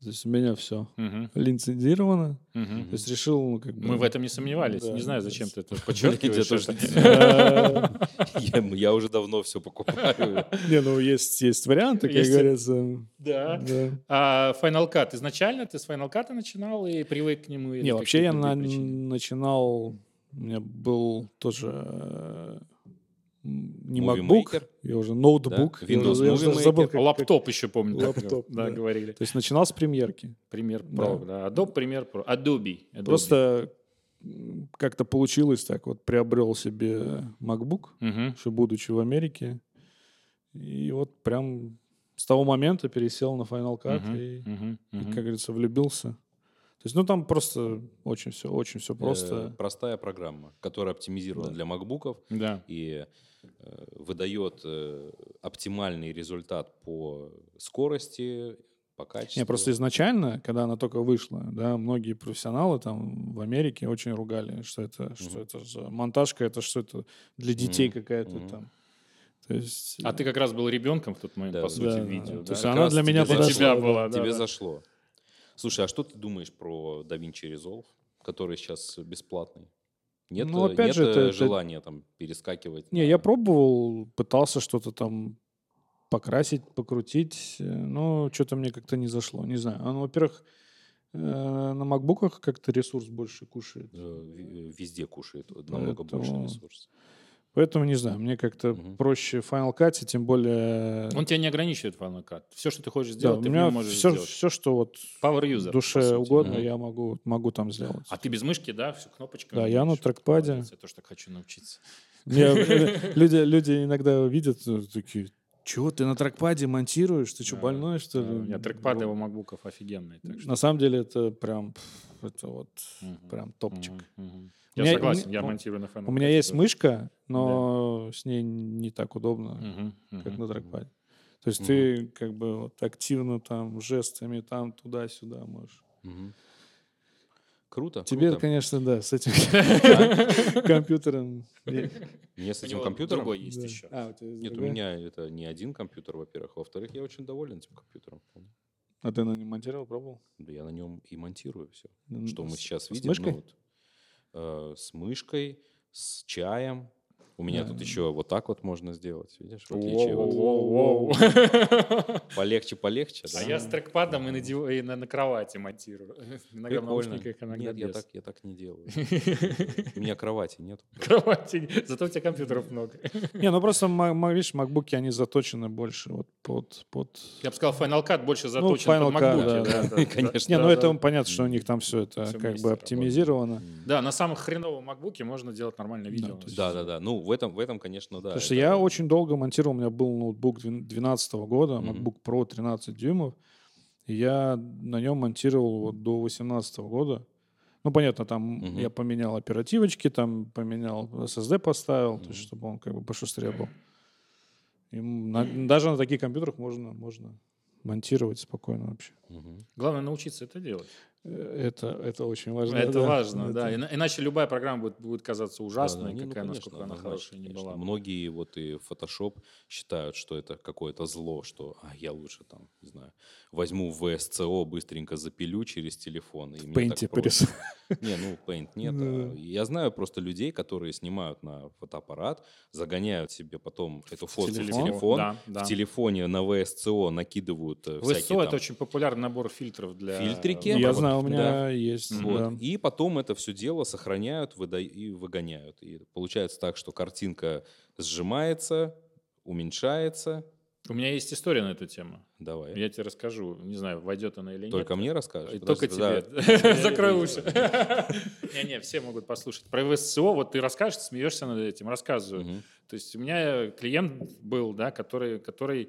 То есть у меня все Мгм, лицензировано. мгм. То есть решил, ну, как бы... Мы в этом не сомневались. Да. Не знаю, зачем ты это Я подчеркиваешь. тоже это. Э, Я я уже давно все покупаю. Не, ну, есть, есть варианты, как Есть. говорится. Да. Да. А Final Cut, изначально ты с Final Cut начинал и привык к нему? или Не, по вообще я каким-то на- причинам? начинал... У меня был тоже э, м, не Movie MacBook, Maker? я уже ноутбук. Да, Я Windows уже- я уже Movie забыл, Maker. как- как- Лаптоп еще помню. так, Лаптоп, Да, да. говорили. То есть начинал с премьерки. Пример Да. Pro, да. Adobe Premiere Pro. Adobe. Adobe. Просто м, как-то получилось так. Вот приобрел себе MacBook, Мгм. еще будучи в Америке. И вот прям с того момента пересел на Final Cut Мгм. и, Мгм. и, Мгм. как говорится, влюбился. То есть, ну там просто очень все, очень все Просто просто. Э, простая программа, которая оптимизирована Да. для макбуков Да. и э, выдает э, оптимальный результат по скорости, по качеству. Не, просто изначально, когда она только вышла, да, многие профессионалы там в Америке очень ругали, что это, что Мгм. это за монтажка, это что это для детей Мгм. какая-то Мгм. там. То есть, э, А ты как раз был ребенком в тот момент, Да, по да. сути, Да, в да, видео. да. да? То есть Как она раз для тебе- меня для тебя подошла, да. была. да, Тебе да. зашло. Слушай, а что ты думаешь про DaVinci Resolve, который сейчас бесплатный? Нет, Ну, э, опять нет же, это- э, это- желания там перескакивать? Не, на- я пробовал, пытался что-то там покрасить, покрутить, э, но что-то мне как-то не зашло. Не знаю. А, Ну, во-первых, э, на макбуках как-то ресурс больше кушает. Э, ви- э, везде кушает Ну, э, намного Поэтому- больше ресурсов. Поэтому, не знаю, мне как-то Мгм. проще в Final Cut, тем более... э, Он тебя не ограничивает, Final Cut. Все, что ты хочешь да, сделать, у ты в нем меня можешь все, сделать. все, что вот Power в user. душе по сути. угодно, Мгм. я могу, могу там сделать. А ты без мышки, да? Все кнопочками. Да, я на умеешь. трекпаде. Молодец, Я тоже так хочу научиться. Мне, э, люди, люди иногда видят, э, такие, чего ты на трекпаде монтируешь? Ты что, Да, больной, Да, что А, У ли? меня ну, трекпады у макбуков офигенные. так что- На самом деле это прям, пф, это вот Мгм. ну, прям топчик. Мгм, мгм. У Я меня- согласен, у я меня- монтирую на Final У меня Cut, есть да. мышка, но с ней не так удобно, Мгм, как мгм. на трекпаде. То есть ты как бы вот активно там жестами там туда-сюда можешь. Мгм. Круто. А Тебе, круто. конечно, да, с этим А? компьютером. не- Мне с У этим него компьютером? другой есть да. еще. А, у тебя есть Нет, у другая? меня это не один компьютер, во-первых. Во-вторых, я очень доволен этим компьютером. А ты на нем монтировал, пробовал? Да я на нем и монтирую все. Что мы С- сейчас с видим. ну мышкой? вот, э, с мышкой, с чаем. У меня Да. тут еще вот так вот можно сделать, видишь? В отличие от- Воу-воу-воу. Полегче, полегче. А да? я с трекпадом и на див- и на на кровати монтирую. Иногда в Прикольно. наушниках, иногда Нет, я без. так, я так не делаю. У меня кровати нет. Кровати. Зато у тебя компьютеров много. Не, ну просто, ма- ма- видишь, макбуки, они заточены больше вот под... под... Я бы сказал, Final Cut больше заточен Final под Cut, да, макбуки. да, да. да, да. Конечно. Не, ну Да, это да. понятно, что у них там все это Всё как вместе бы оптимизировано. Да, на самом хреновом макбуке можно делать нормальное видео. то есть- Да, да, да. Ну, в этом, в этом, конечно, да. Потому что это- я очень долго монтировал, у меня был ноутбук 2012 года, а Мгм. MacBook Pro 13 дюймов, и я на нем монтировал вот до 2018 года. Ну, понятно, там Мгм. я поменял оперативочки, там поменял SSD поставил, то Мгм. есть, чтобы он как бы пошустрее был. И м, на- даже на таких компьютерах можно, можно монтировать спокойно вообще. Э, Мгм. Главное научиться это делать. Это, это очень важно. Это да. важно, Это- да. Ина- Иначе любая программа будет, будет казаться ужасной, Да-да, не, ну, какая, конечно, насколько она однозначно, хорошая не конечно. была. Многие вот и Photoshop считают, что это какое-то зло, что а, я лучше там, не знаю, возьму ВСЦО, быстренько запилю через телефон. И В мне так Paint проще. перес- Не, ну Paint нет. Ну а да. Я знаю просто людей, которые снимают на фотоаппарат, загоняют себе потом эту фотку в телефон? телефон, Да, да. в телефоне на ВСЦО накидывают э, ВСО всякие это там очень популярный набор фильтров для... Фильтрики? Я Кемпа, знаю, у вот, меня да. есть. Вот. да. И потом это все дело сохраняют выда- и выгоняют. И получается так, что картинка сжимается, уменьшается. У меня есть история на эту тему. Давай. Я тебе расскажу. Не знаю, войдет она или нет. Только мне расскажешь? И только Подожди, да. тебе. Закрой уши. Не-не, все могут послушать. Про ВСО, вот ты расскажешь, ты смеешься над этим, рассказываю. Мгм. То есть у меня клиент был, да, который, который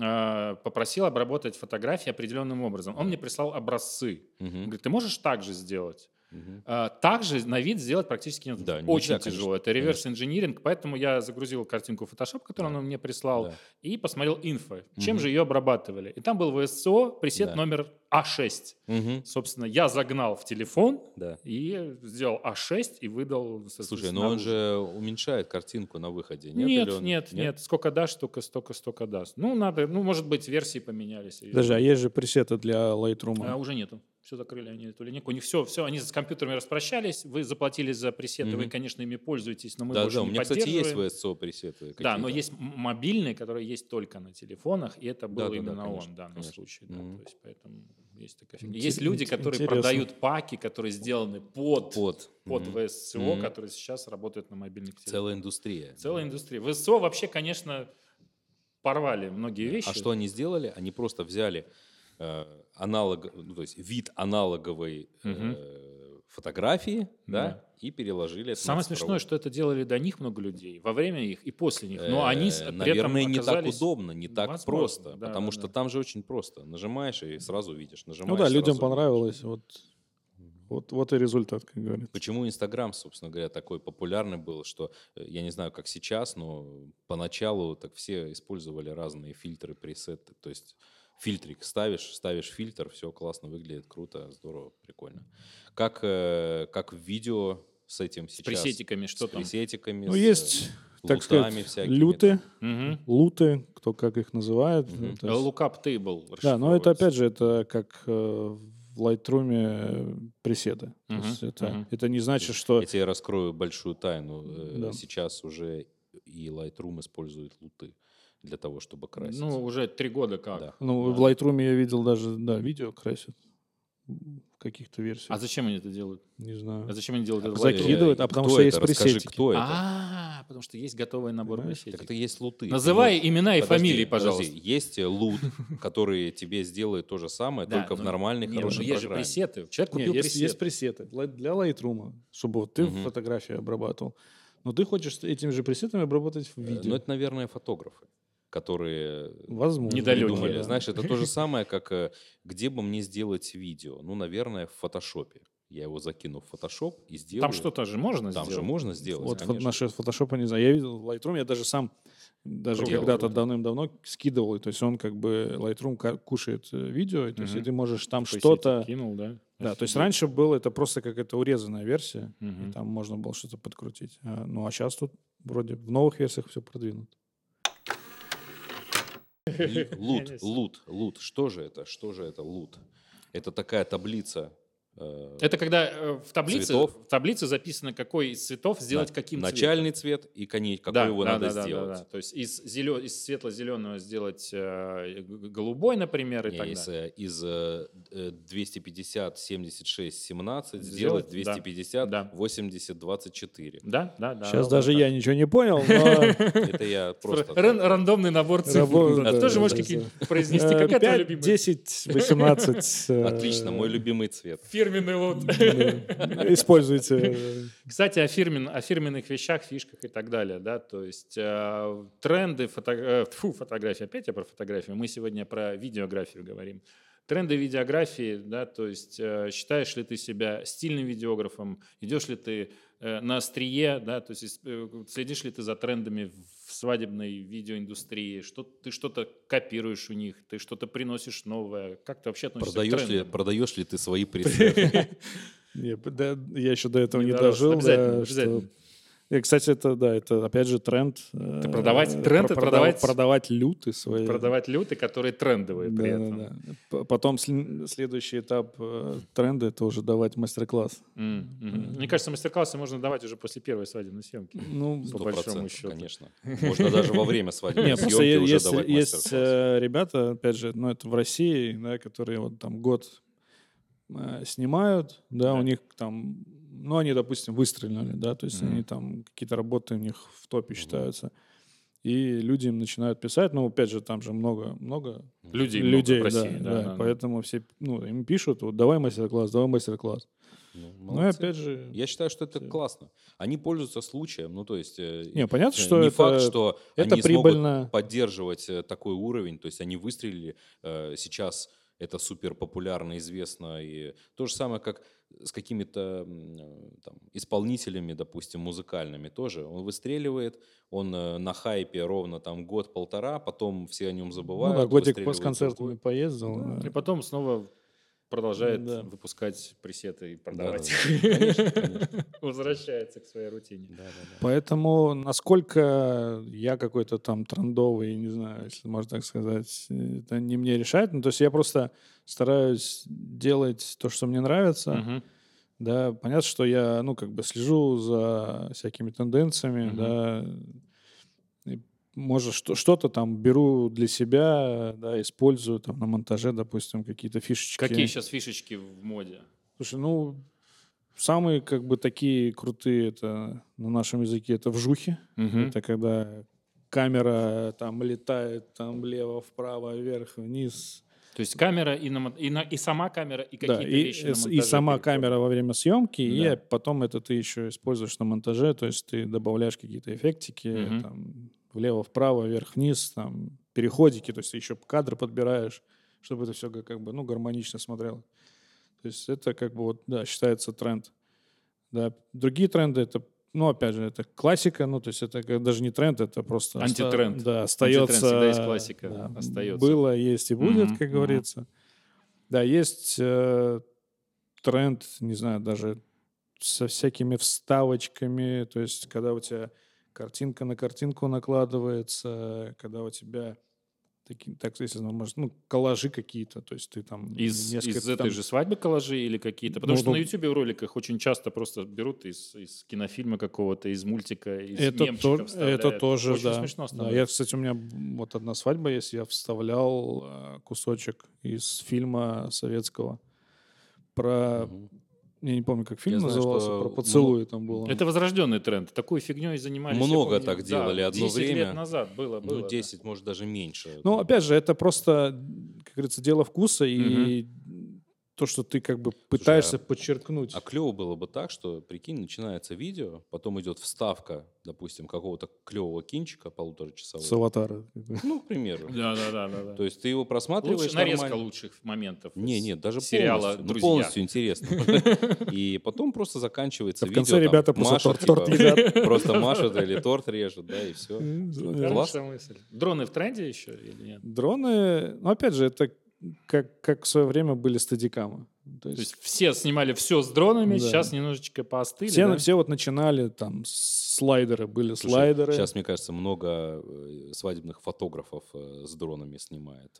э, попросил обработать фотографии определенным образом. Он мне прислал образцы. Он Мгм. говорит, ты можешь так же сделать? Мгм. А, Также на вид сделать практически нет. Да, Очень нельзя, тяжело. Это реверс-инжиниринг, поэтому я загрузил картинку в Photoshop, которую Да. он мне прислал, Да. и посмотрел инфо, чем Мгм. же ее обрабатывали. И там был ВСО, пресет Да. номер А6. Мгм. Собственно, я загнал в телефон Да. и сделал А6 и выдал. Слушай, соответственно, но он наружу. же уменьшает картинку на выходе, нет? Нет, Или он- нет, нет, Сколько дашь, столько, столько, столько даст. Ну, надо, ну, может быть, версии поменялись. И- Подожди, а есть же пресеты для А, Lightroom. уже нету. Все закрыли они эту линейку. У них все, все, они с компьютерами распрощались, вы заплатили за пресеты, вы, Мгм. конечно, конечно, ими пользуетесь, но мы Да, больше да, у не меня, кстати, есть поддерживаем. ВСО пресеты. Да, но какие-то. есть м- мобильные, которые есть только на телефонах, и это было да, да, именно конечно, он в данном конечно. случае. да, Мгм. то есть, поэтому есть такая фигня. Интер- Есть люди, интер- которые интересно. продают паки, которые сделаны под, под, под. Мгм. ВСО, Мгм. которые сейчас работают на мобильных телефонах. Целая индустрия. Целая индустрия. ВСО вообще, конечно, порвали многие вещи. А что они сделали? Они просто взяли э, аналог, ну, то есть вид аналоговой э, фотографии, да, Да. и переложили. это на Самое цифровую. смешное, что это делали до них много людей, во время их и после них. Но они с- Э, при наверное, этом не так оказались- удобно, не так Возможно, просто, да, потому да, что да. там же очень просто. Нажимаешь и сразу видишь. Нажимаешь. Ну да, людям сразу понравилось. видишь. Вот, вот, вот и результат, как говорится. Почему Инстаграм, собственно говоря, такой популярный был, что э, я не знаю, как сейчас, но поначалу так все использовали разные фильтры, пресеты. То есть фильтрик ставишь, ставишь фильтр, все классно выглядит, круто, здорово, прикольно. Как, э, как в видео с этим С сейчас? пресетиками, что С там? пресетиками, Ну, с, э, есть, так лутами сказать, всякими люты, Мгм. Э, луты, кто как их называет. Ну, Мгм. А То есть- Lookup table. Да, но это опять же, это как э, в Lightroom э, преседы. То Мгм, есть это, мгм. это не значит, что... Я тебе раскрою большую тайну. Э, Да. Сейчас уже и Lightroom использует луты для того, чтобы красить. Ну, уже три года как. Да. Ну, в Да. Lightroom я видел даже, да, видео красят в каких-то версиях. А зачем они это делают? Не знаю. А зачем они делают это? в Закидывают, Lightroom? а потому что есть Расскажи, пресетики. кто это? А, потому что есть готовый набор Понимаешь? Так пресетиков. это есть луты. Называй имена и Подожди, фамилии, подожди. пожалуйста. Есть э, лут, которые тебе сделают то же самое, Да, только в но- нормальной, Не, ну, хорошей Есть же программе. пресеты. Человек Не, купил есть, есть пресет. пресеты Ла- для Lightroom, чтобы вот ты Мгм. фотографии обрабатывал. Но ты хочешь с этими же пресетами обработать в Э, видео. Но это, наверное, фотографы, которые Возможно. Недалёкие, придумали. да. Знаешь, это то же самое, как э, где бы мне сделать видео? Ну, наверное, в фотошопе. Я его закину в фотошоп и сделаю. Там что-то же можно Там же сделать? можно сделать, Вот конечно. наши фотошопа не знаю. Я видел Lightroom, я даже сам даже Делал. когда-то давным-давно скидывал. и То есть он как бы Lightroom ка- кушает э, видео, и, то есть и Мгм. ты можешь там Пресетик что-то. Кинул, да? Да, то есть раньше было это просто какая-то урезанная версия, и Мгм. там можно было что-то подкрутить. А, ну а сейчас тут вроде в новых версиях все продвинуто. И Я не Лут, знаю. лут, лут. Что же это? Что же это лут? Это такая таблица. э, Это когда э, в таблице, Цветов. в таблице записано, какой из цветов сделать на- каким цветом. Начальный цвет и коней, какой Да, его да, надо да, да, да, сделать. да. То есть из, зелё- из светло-зеленого сделать э, г- голубой, например, и Не, так из, далее. э, из э, э, 250, 76, 17 Сделать, сделать да. 250, Да. 80, 24. Да, да, ну да. сейчас ровно даже так. я ничего не понял, но Это я просто... Ран- рандомный набор цифр. Рандомный, Да, да, Тоже да, можешь да, какие-нибудь э, произнести. Какая твоя пять, любимая? 10, 18. э, Отлично, мой любимый цвет. Фирменный лот. да, Используйте. э, Кстати, о, фирмен, о фирменных вещах, фишках и так далее, да, то есть э, тренды, фото, э, тьфу, фотографии, опять я про фотографию, мы сегодня про видеографию говорим. Тренды видеографии, да, то есть э, считаешь ли ты себя стильным видеографом, идешь ли ты э, на острие, да, то есть из- э, следишь ли ты за трендами в свадебной видеоиндустрии, что ты что-то копируешь у них, ты что-то приносишь новое, как ты вообще относишься Продаешь к ли, трендам? продаешь ли ты свои пресеты? Не, п- да, я еще до этого Не Ну, не дорос. дожил. да, Обязательно, что- обязательно. И, кстати, это, да, это опять же тренд. э, продавать- про- тренд это продав- продавать- Продавать люты свои. Продавать люты, которые трендовые при этом. Да-да-да. П- Потом сле- следующий этап э, тренда — это уже давать мастер-класс. М, мгм. Мне кажется, мастер-классы можно давать уже после первой свадебной съемки. Ну, По Сто большому процентов, счету. конечно. Можно даже во время свадебной Не, просто съемки е- уже есть, давать есть мастер-класс. э, ребята, опять же, ну это в России, да, которые вот там год э, снимают, да, Да. у них там, ну они, допустим, выстрелили, да, то есть Мгм. они там какие-то работы у них в топе считаются. И люди им начинают писать, ну, опять же, там же много, много Людей, много людей, в России. да, да, да, да, да. поэтому все, ну, им пишут, вот, давай мастер-класс, давай мастер-класс. Ну, Ну, и молодцы. опять же, Я считаю, что это Всё. классно. Они пользуются случаем, ну то есть э, не, э, понятно, что не это, факт, что это они смогут прибыльно. поддерживать э, такой уровень, то есть они выстрелили, э, сейчас это супер популярно, известно, и то же самое, как с какими-то м, э, там, исполнителями, допустим, музыкальными тоже. Он выстреливает, он э, на хайпе ровно там год-полтора, потом все о нем Ну, забывают. да, годик выстреливает с концертами другой. поездил. да. Ну, И потом снова продолжает Да. выпускать пресеты и продавать Да, их. Конечно, конечно. Возвращается к своей рутине. Да, да, да. Поэтому насколько я какой-то там трендовый, не знаю, если можно так сказать, это не мне решать. Ну, то есть я просто стараюсь делать то, что мне нравится. Мгм. Да, понятно, что я, ну, как бы слежу за всякими тенденциями, Мгм. да. И, может, что- что-то там беру для себя, да, использую там на монтаже, допустим, какие-то фишечки. Какие сейчас фишечки в моде? Слушай, ну, самые как бы такие крутые это на нашем языке это вжухи. Это когда камера там летает там лево, вправо, вверх, вниз. То есть камера и, на мон- и, на- и сама камера, и какие-то Да, и, вещи на с- и монтаже сама переходят. камера во время съемки, Да. и потом это ты еще используешь на монтаже, то есть ты добавляешь какие-то эффектики, Мгм. там, влево, вправо, вверх, вниз, там, переходики, то есть ты еще кадры подбираешь, чтобы это все как бы, ну, гармонично смотрело. То есть это как бы вот, да, считается тренд. Да, другие тренды это, ну, опять же, это классика, ну, то есть это как даже не тренд, это просто... оста- Антитренд. Да, остается... всегда есть классика, да, остается. Было, есть и будет, Мгм, как мгм. говорится. Да, есть э, тренд, не знаю, даже со всякими вставочками, то есть когда у тебя картинка на картинку накладывается, когда у тебя такие, так если ну, может, ну, коллажи какие-то, то есть ты там Из, несколько из этой там- же свадьбы коллажи или какие-то? Потому Ну, что ну- на Ютубе в роликах очень часто просто берут из, из кинофильма какого-то, из мультика, из это, мемчика то- вставляют. это тоже, Очень да. смешно Да, становится. Я, кстати, у меня м, вот одна свадьба есть, я вставлял э, кусочек из фильма советского про, Мгм. я не помню, как фильм знаю, назывался, что про мно- поцелуи там было. Это возрожденный тренд. Такую фигней занимались. я Много помню, так да, делали одно 10 лет время. назад было. было Ну, да. 10, может, даже меньше. Ну, опять же, это просто, как говорится, дело вкуса и то, что ты как бы пытаешься подчеркнуть. А клево было бы так, что, прикинь, начинается видео, потом идет вставка, допустим, какого-то клевого кинчика полуторачасового. С аватара. А Ну, к примеру. Да, да, да, да. да. То есть ты его просматриваешь Лучше нарезка нормально. лучших моментов. Не, из нет, даже сериала полностью. Ну, «Друзья». полностью интересно. И потом просто заканчивается А в видео. конце там ребята просто машут, торт- торт типа, едят. Просто машут или торт режут, да, и все. Да. Хорошая Класс. мысль. Дроны в тренде еще или нет? Дроны, ну, опять же, это как, как в свое время были стадикамы. То То есть есть все снимали все с дронами, Да. сейчас немножечко поостыли. все, да? все вот начинали, там, с- слайдеры были, слайдеры. Сейчас, мне кажется, много э, свадебных фотографов э, с дронами снимает.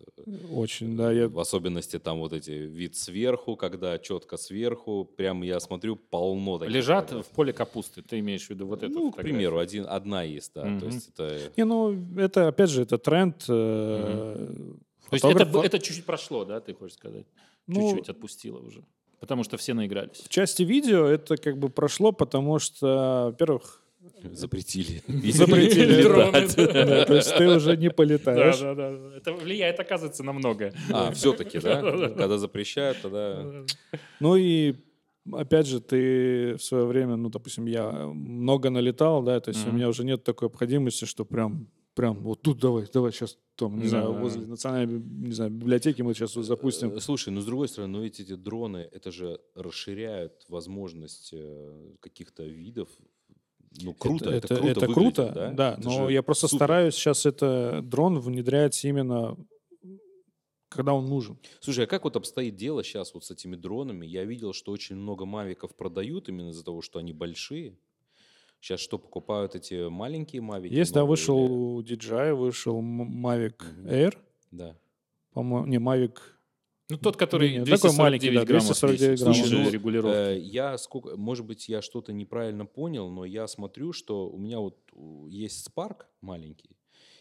Очень, да. Я... В особенности там вот эти вид сверху, когда четко сверху, прям я смотрю, полно таких. Лежат в фотографий. поле капусты, ты имеешь в виду вот это? Ну, к примеру, один, одна есть, да. Мгм. То есть это... Не, ну, это, опять же, это тренд. э, То есть это, фотографа. б- это чуть-чуть прошло, да, ты хочешь сказать? Ну, Чуть-чуть отпустило уже. Потому что все наигрались. В части видео это как бы прошло, потому что, во-первых, Запретили. Запретили летать. да, то есть ты уже не Да, полетаешь. да, да. Это влияет, оказывается, на многое. А, все-таки, да? Когда запрещают, тогда... Ну и опять же, ты в свое время, ну, допустим, я много налетал, да, то есть у Мгм. меня уже нет такой необходимости, что прям прям вот тут давай, давай сейчас там, не Да, знаю, да, возле да. национальной, не знаю, библиотеки мы сейчас вот запустим. Э, Слушай, ну с другой стороны, ну, ведь эти дроны, это же расширяют возможность э, каких-то видов. Ну круто, это, круто, выглядит, да? Это но же я просто супер. стараюсь сейчас это дрон внедрять именно когда он нужен. Слушай, а как вот обстоит дело сейчас вот с этими дронами? Я видел, что очень много мавиков продают именно из-за того, что они большие. Сейчас что, покупают эти маленькие мавики? Есть, да, новые вышел или- у DJI, вышел М- Mavic Мгм. Air, Да. по-моему, не, Mavic, Ну, тот, который Не-не, 249 такой маленький, да, граммов 249 весит, граммов. ниже Слушай, ну, регулировки. Э, Я сколько, может быть, я что-то неправильно понял, но я смотрю, что у меня вот у, есть Spark маленький,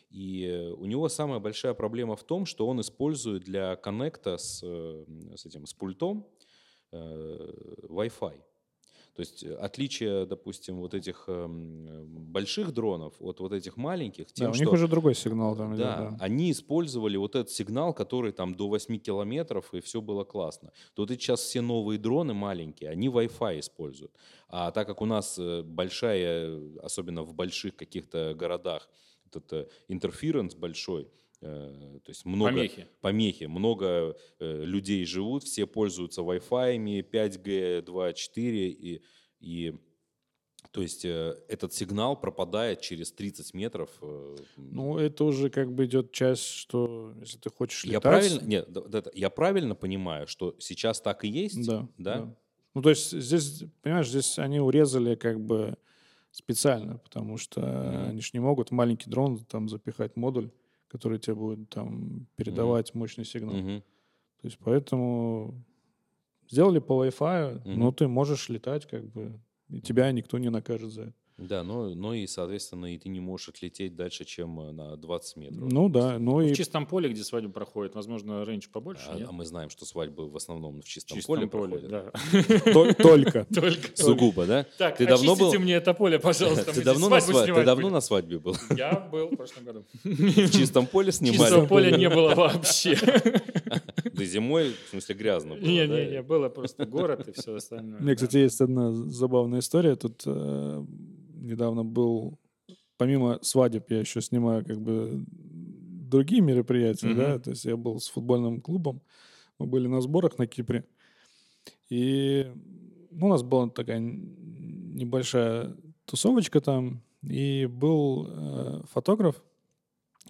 и э, у него самая большая проблема в том, что он использует для коннекта с, э, с этим с пультом э, Wi-Fi. То есть э, отличие, допустим, вот этих эм, э, больших дронов от вот этих маленьких, тем, да, у что них уже другой сигнал там идет, да, да. они использовали вот этот сигнал, который там до 8 километров, и все было классно. То вот эти сейчас все новые дроны маленькие, они Wi-Fi используют. А так как у нас э, большая, э, особенно в больших каких-то городах, этот интерференс большой, э, то есть много Помехи. помехи, много э, людей живут, все пользуются Wi-Fi, 5G, 2.4 и, и то есть э, этот сигнал пропадает через 30 метров. э, Ну, это уже как бы идет часть, что если ты хочешь я летать... правильно, нет, да- да- да, я правильно понимаю, что сейчас так и есть? Да, да? Ну, то есть здесь, понимаешь, здесь они урезали как бы специально, потому что Мгм. они же не могут в маленький дрон там запихать модуль, который тебе будет там передавать мощный сигнал. Мгм. То есть поэтому сделали по Wi-Fi, Мгм. но ты можешь летать как бы, и тебя никто не накажет за это. Да, но, но и, соответственно, и ты не можешь отлететь дальше, чем э, на 20 метров. Ну да, ну и В чистом поле, где свадьба проходит, возможно, рейндж побольше. а, нет? а мы знаем, что свадьбы в основном в В чистом, чистом поле, поле, проходят. да. то- только. Только. Сугубо, да? Так, Ты давно очистите был- мне это поле, пожалуйста. Ты мне давно, здесь на свадьбу сва- ты снимать давно будем. на свадьбе был? Я был в прошлом году. В чистом поле Чистого снимали? поля не было вообще. Да зимой, в смысле, грязно было, да? Не-не-не, было просто город и все остальное. У меня, кстати, есть одна забавная история. Тут э, недавно был, помимо свадеб, я еще снимаю как бы другие мероприятия, Мгм. да. То есть я был с футбольным клубом, мы были на сборах на Кипре, и ну, у нас была такая небольшая тусовочка там, и был э, фотограф,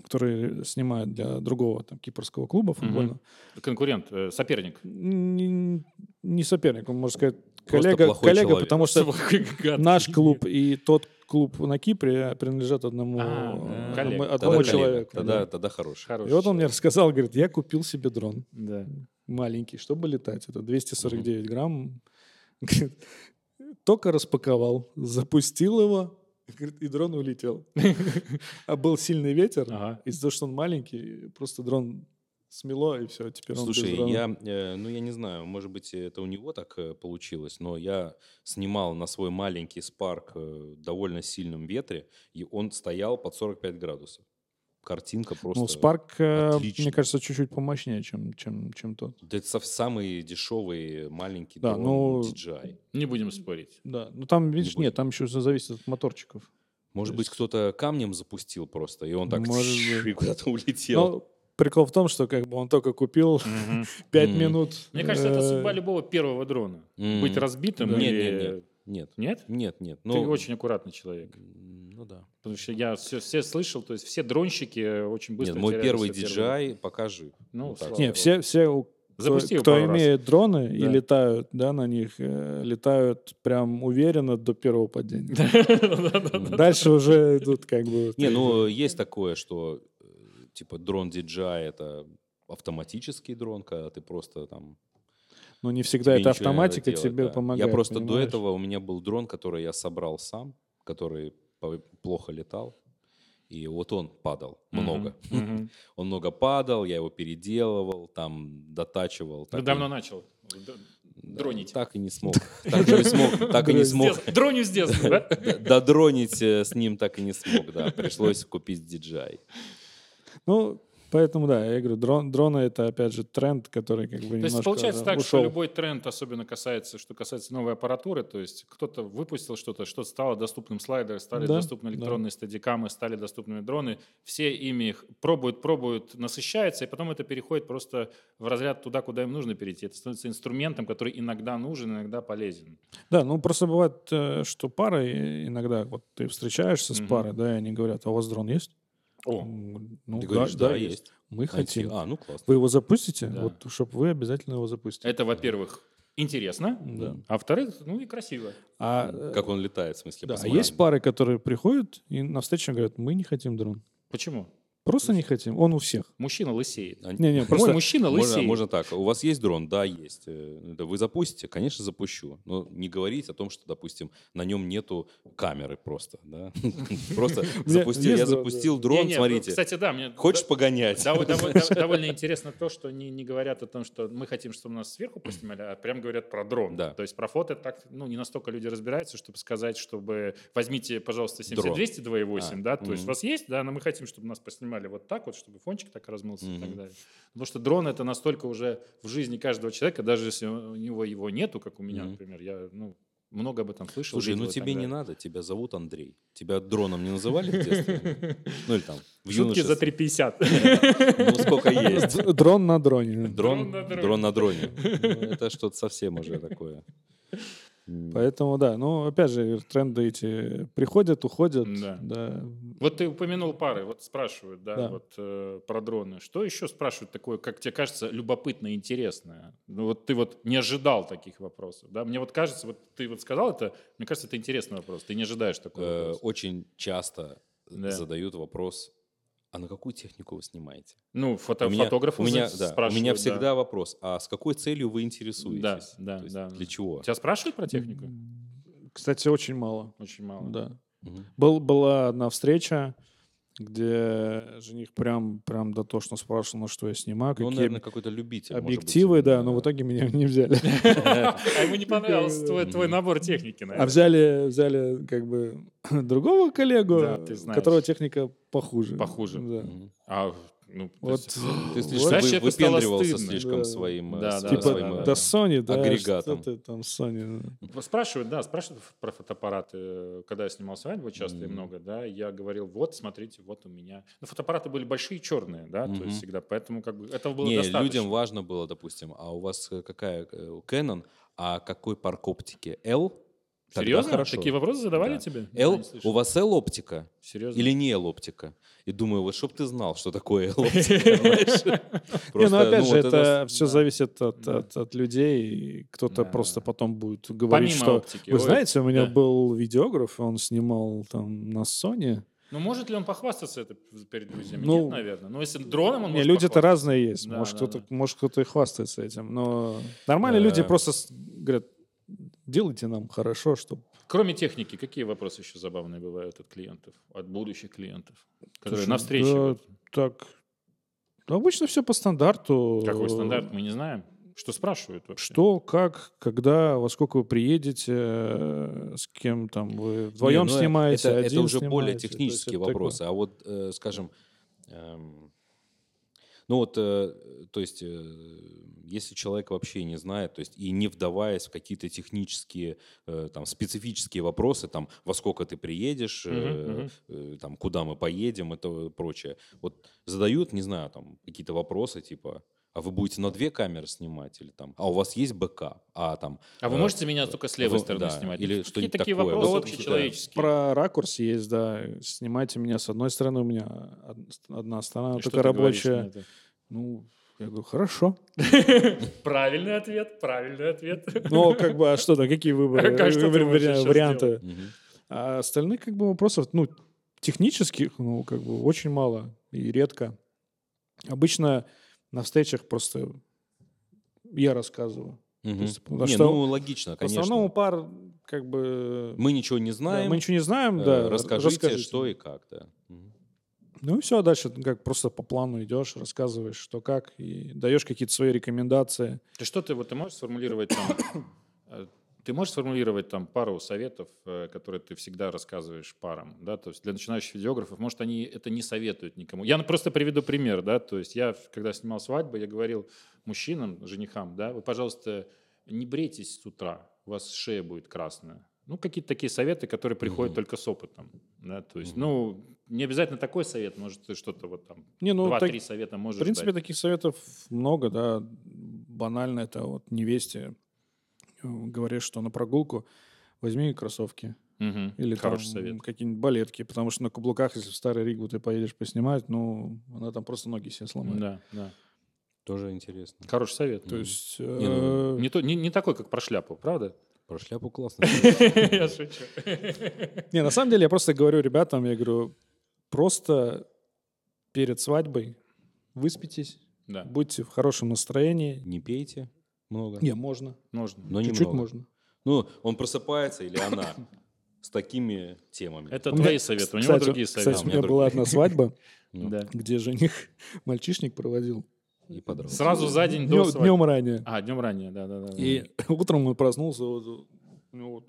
который снимает для другого там кипрского клуба футбольного. Конкурент, э, соперник. Н- Не соперник, он, можно сказать, Просто коллега, плохой коллега человек. потому что Гад. наш клуб и тот клуб на Кипре принадлежат одному, А, одному- коллега. одному, Тогда коллега, человеку. Тогда, да. тогда хороший. Хороший И вот он мне человек. рассказал, говорит, я купил себе дрон Да. маленький, чтобы летать. Это 249 грамм. Говорит, только распаковал, запустил его, говорит, и дрон улетел. А был сильный ветер, Ага. из-за того, что он маленький, просто дрон смело, и все, теперь он без Слушай, дрона. я, э, ну я не знаю, может быть, это у него так э, получилось, но я снимал на свой маленький спарк э, в довольно сильном ветре, и он стоял под 45 градусов. Картинка просто... Ну, Спарк, э, отлично. мне кажется, чуть-чуть помощнее, чем, чем, чем тот. Да это сов- самый дешевый э, маленький Да, дрон ну, DJI. Не будем спорить. Да, ну там, видишь, будет. нет, там еще всё зависит от моторчиков. Может то быть, есть- кто-то камнем запустил просто, и он так Может и куда-то улетел. Но прикол в том, что как бы он только купил 5 Мгм. минут. Мне кажется, это э, судьба любого первого дрона. М. Быть разбитым Нет, или... нет, нет. Нет? Нет, нет. Ты Ну, очень аккуратный человек. м, ну да. Потому что я все, все слышал, то есть все дронщики э, очень быстро Нет, мой теряют первый свой первый. DJI пока жив. Ну, Вот так. слава Не, все, все у- кто- Запустил кто пару раз. имеет дроны и Да. летают, да, на них, э, летают прям уверенно до первого падения. Дальше уже идут как бы... Не, ну есть такое, что э, типа дрон DJI это автоматический дрон, когда ты просто там... Но ну, не всегда тебе это ничего не надо автоматика делать, тебе да. помогает. Я просто до понимаешь? этого у меня был дрон, который я собрал сам, который по- плохо летал. И вот он падал много. Мгм. Он много падал, я его переделывал, там дотачивал. Ты так и- давно начал д- да, дронить. Так и не смог. Так и не смог. Так и не Дронить. смог. С детства. Дроню с детства, да? Д- Додронить э, с ним так и не смог, да. Пришлось купить DJI. Ну, Поэтому, да, я говорю, дрон, дроны — это, опять же, тренд, который как бы То есть немножко получается да, так, ушел. что любой тренд, особенно касается, что касается новой аппаратуры, то есть кто-то выпустил что-то, что стало доступным слайдеры, стали Да, доступны да. электронные стадикамы, стали доступными дроны, все ими их пробуют, пробуют, насыщаются, и потом это переходит просто в разряд туда, куда им нужно перейти. Это становится инструментом, который иногда нужен, иногда полезен. Да, ну просто бывает, э, что пары э, иногда, вот ты встречаешься с Мгм. парой, да, и они говорят, а у вас дрон есть? О, М, Ну, Ты говоришь, да, есть. Мы Найти. хотим. А, ну классно. Вы его запустите? Да. Вот, чтобы вы обязательно его запустили. это, во-первых, интересно, Да. а во-вторых, ну и красиво. А, э, Как он летает, в смысле, да, а посмотрел. есть пары, которые приходят и на встречу говорят, мы не хотим дрон. Почему? Просто не хотим. Он у всех. Мужчина лысеет. Они- Не-не, Мой просто... мужчина А Можно, лысеет. можно так. У вас есть дрон? Да, есть. Э, да, Вы запустите? Конечно, запущу. Но не говорить о том, что, допустим, на нем нету камеры просто. Да? Просто запустил. есть Я дрон, да. запустил дрон, Не-не, смотрите. Кстати, да, мне... Хочешь погонять? Дов- дов- дов- Довольно интересно то, что не, не говорят о том, что мы хотим, чтобы нас сверху поснимали, а прям говорят про дрон. Да. То есть про фото так, ну, не настолько люди разбираются, чтобы сказать, чтобы возьмите, пожалуйста, 70-200 2.8, А, да, то есть мгм. у вас есть, да, но мы хотим, чтобы нас поснимали вот так вот, чтобы фончик так размылся и так Мгм. далее. Потому что дрон это настолько уже в жизни каждого человека, даже если у него его нету, как у меня, Мгм. например, я, ну, много об этом слышал. Слушай, видел ну и так тебе не далее. надо, тебя зовут Андрей. Тебя дроном не называли в детстве? Ну или там в Шутки за юношестве? 3.50. Ну сколько есть. Д- Дрон на дроне. Дрон Дрон, на дроне. дрон на дроне. Ну, Это что-то совсем уже такое. М. Поэтому, да, ну, опять же, тренды эти приходят, уходят. Да. Да. Вот ты упомянул пары, вот спрашивают, да, Да. вот э, про дроны. Что еще спрашивают такое, как тебе кажется, любопытное, интересное? Ну вот ты вот не ожидал таких вопросов, да? Мне вот кажется, вот ты вот сказал это, мне кажется, это интересный вопрос. Ты не ожидаешь такого. Э, вопроса. Очень часто э, Да. задают вопрос, а на какую технику вы снимаете? Ну, фото, у меня, фотографы у меня, за- да, у спрашивают, меня да. всегда вопрос, а с какой целью вы интересуетесь? Да, да, То есть да. Для чего? Тебя спрашивают про технику? Кстати, очень мало. Очень мало. Да. Мгм. Ну, Был, была одна встреча, где жених прям, прям дотошно спрашивал, на что я снимаю, Ну, он, какие наверное, какой-то любитель. может быть. объективы, да, ну, но в итоге меня не взяли. А ему не понравился твой, твой Мгм. набор техники, А наверное. взяли, взяли как бы другого коллегу, Да, ты знаешь. которого техника похуже. Похуже. Да. Мгм. А, ну, Вот, то есть- Ты Вот. слишком Знаешь, вы- человеку стало выпендривался стыдно. слишком Да. своим... э, Да, с- да, типа, своим, да, э, да Sony, да, агрегатом. что ты там, Sony. ну, да. Спрашивают, да, спрашивают ф- про фотоаппараты. Э, Когда я снимал свадьбу часто и Мгм. много, да, я говорил, вот, смотрите, вот у меня. Ну, фотоаппараты были большие, черные, да, то Мгм. есть всегда. Поэтому как бы этого было Не, достаточно. людям важно было, допустим, а у вас э, какая э, Canon, а какой парк оптики? L? Тогда Серьезно? хорошо. Такие вопросы задавали Да. тебе? Никогда L? не слышал. У вас L оптика? Серьезно? Или не L-оптика. И думаю, вот чтоб ты знал, что такое L-оптика. знаешь. Не, Просто, ну опять же, вот это, все да. зависит от, Да. от, от людей. и Да. Кто-то просто потом будет говорить, Помимо что... оптики. Вы ой. знаете, у меня да. был видеограф, и он снимал там на Sony. Ну, может ли он похвастаться это перед друзьями? Ну, Нет, наверное. Но если дроном он Не, может люди-то похвастаться. разные есть. Да, может, да, кто-то, да. может, кто-то и хвастается этим. Но нормальные Э. люди просто с- говорят, делайте нам хорошо, чтобы... Кроме техники, какие вопросы еще забавные бывают от клиентов, от будущих клиентов, которые Слушай, на встрече? да, вот. Так, ну, обычно все по стандарту. Э, Какой стандарт, мы не знаем. Что спрашивают вообще? Что, как, когда, во сколько вы приедете, э, с кем там вы вдвоем Не, ну, снимаете, Это, это один уже более снимаете, то есть технические это такое. вопросы. А вот, э, скажем, эм, ну вот, э, то есть, э, если человек вообще не знает, то есть и не вдаваясь в какие-то технические, э, там, специфические вопросы, там, во сколько ты приедешь, э, Мгм, мгм. э, там, куда мы поедем, это прочее. Вот задают, не знаю, там, какие-то вопросы, типа, а вы будете на две камеры снимать или там, а у вас есть бэкап, а там... А вы э, можете меня только с левой вы- стороны да, снимать? или Какие что-нибудь такие такое, вопросы вот общечеловеческие? Про ракурс есть, да. Снимайте меня с одной стороны, у меня од- одна сторона И что только ты говоришь рабочая. на это? Ну, я говорю, хорошо. Правильный ответ, правильный ответ. Но как бы, а что там, какие выборы, Как, что ты вари- можешь вари- сейчас варианты? мгм. А остальных как бы вопросов, ну, технических, ну, как бы очень мало и редко. Обычно на встречах просто я рассказываю. Мгм. есть, потому Не, что ну логично, конечно. В основном у пар как бы... Мы ничего не знаем. да, мы ничего не знаем, э, да. р- расскажите, расскажите. что и как, да. Мгм. Ну и все, дальше ты как просто по плану идешь, рассказываешь, что как, и даешь какие-то свои рекомендации. Ты что ты вот ты можешь сформулировать там э, Ты можешь сформулировать там пару советов, э, которые ты всегда рассказываешь парам, да, то есть для начинающих видеографов, может, они это не советуют никому. Я просто приведу пример, да, то есть я, когда снимал свадьбы, я говорил мужчинам, женихам, да, вы, пожалуйста, не брейтесь с утра, у вас шея будет красная. Ну, какие-то такие советы, которые приходят Мгм. только с опытом, да, то есть, Мгм. ну, не обязательно такой совет, может, ты что-то вот там, Не, ну, так- два-три совета в можешь принципе, дать. таких советов много, да. Банально это вот невесте э, говоришь, что на прогулку возьми кроссовки. Мгм. Или Хороший там совет. какие-нибудь балетки, потому что на каблуках, если в Старый Ригу ты поедешь поснимать, ну, она там просто ноги себе сломает. Да, да. Тоже интересно. Хороший совет. То есть... э, Не, ну, Не, то, не, не такой, как про шляпу, правда? Про шляпу классно. Я шучу. Не, на самом деле я просто говорю ребятам, я говорю, просто перед свадьбой выспитесь, Да, будьте в хорошем настроении. Не пейте много. Не, можно. нужно. но Чуть-чуть немного. можно. Ну, он просыпается или она с такими темами. Это У меня, твои советы, у него кстати, другие кстати, советы. у у меня меня была одна другие. свадьба, Ну, Да. где жених мальчишник проводил. И подробно. Сразу за день до Днем, свадьбы. днем ранее. А, днем ранее, да, да, да. И утром он проснулся, вот, ну, вот,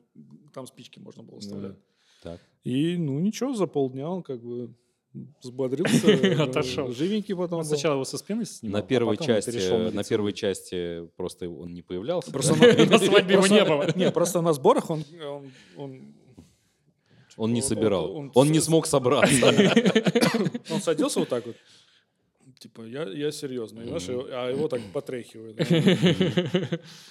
там спички можно было Ну, оставлять. Так. И, ну, ничего, за полдня он как бы взбодрился. Отошел. Живенький потом Он был. сначала его со спины снимал, На первой части, перешел на, на, первой части просто он не появлялся. Просто да? на- На свадьбе его просто- не было. Не, просто на сборах он... он- он- Он не он- собирал. он- Он, он- не смог собраться. он садился вот так вот. Типа, я, я серьезно, понимаешь? а его так потряхивает.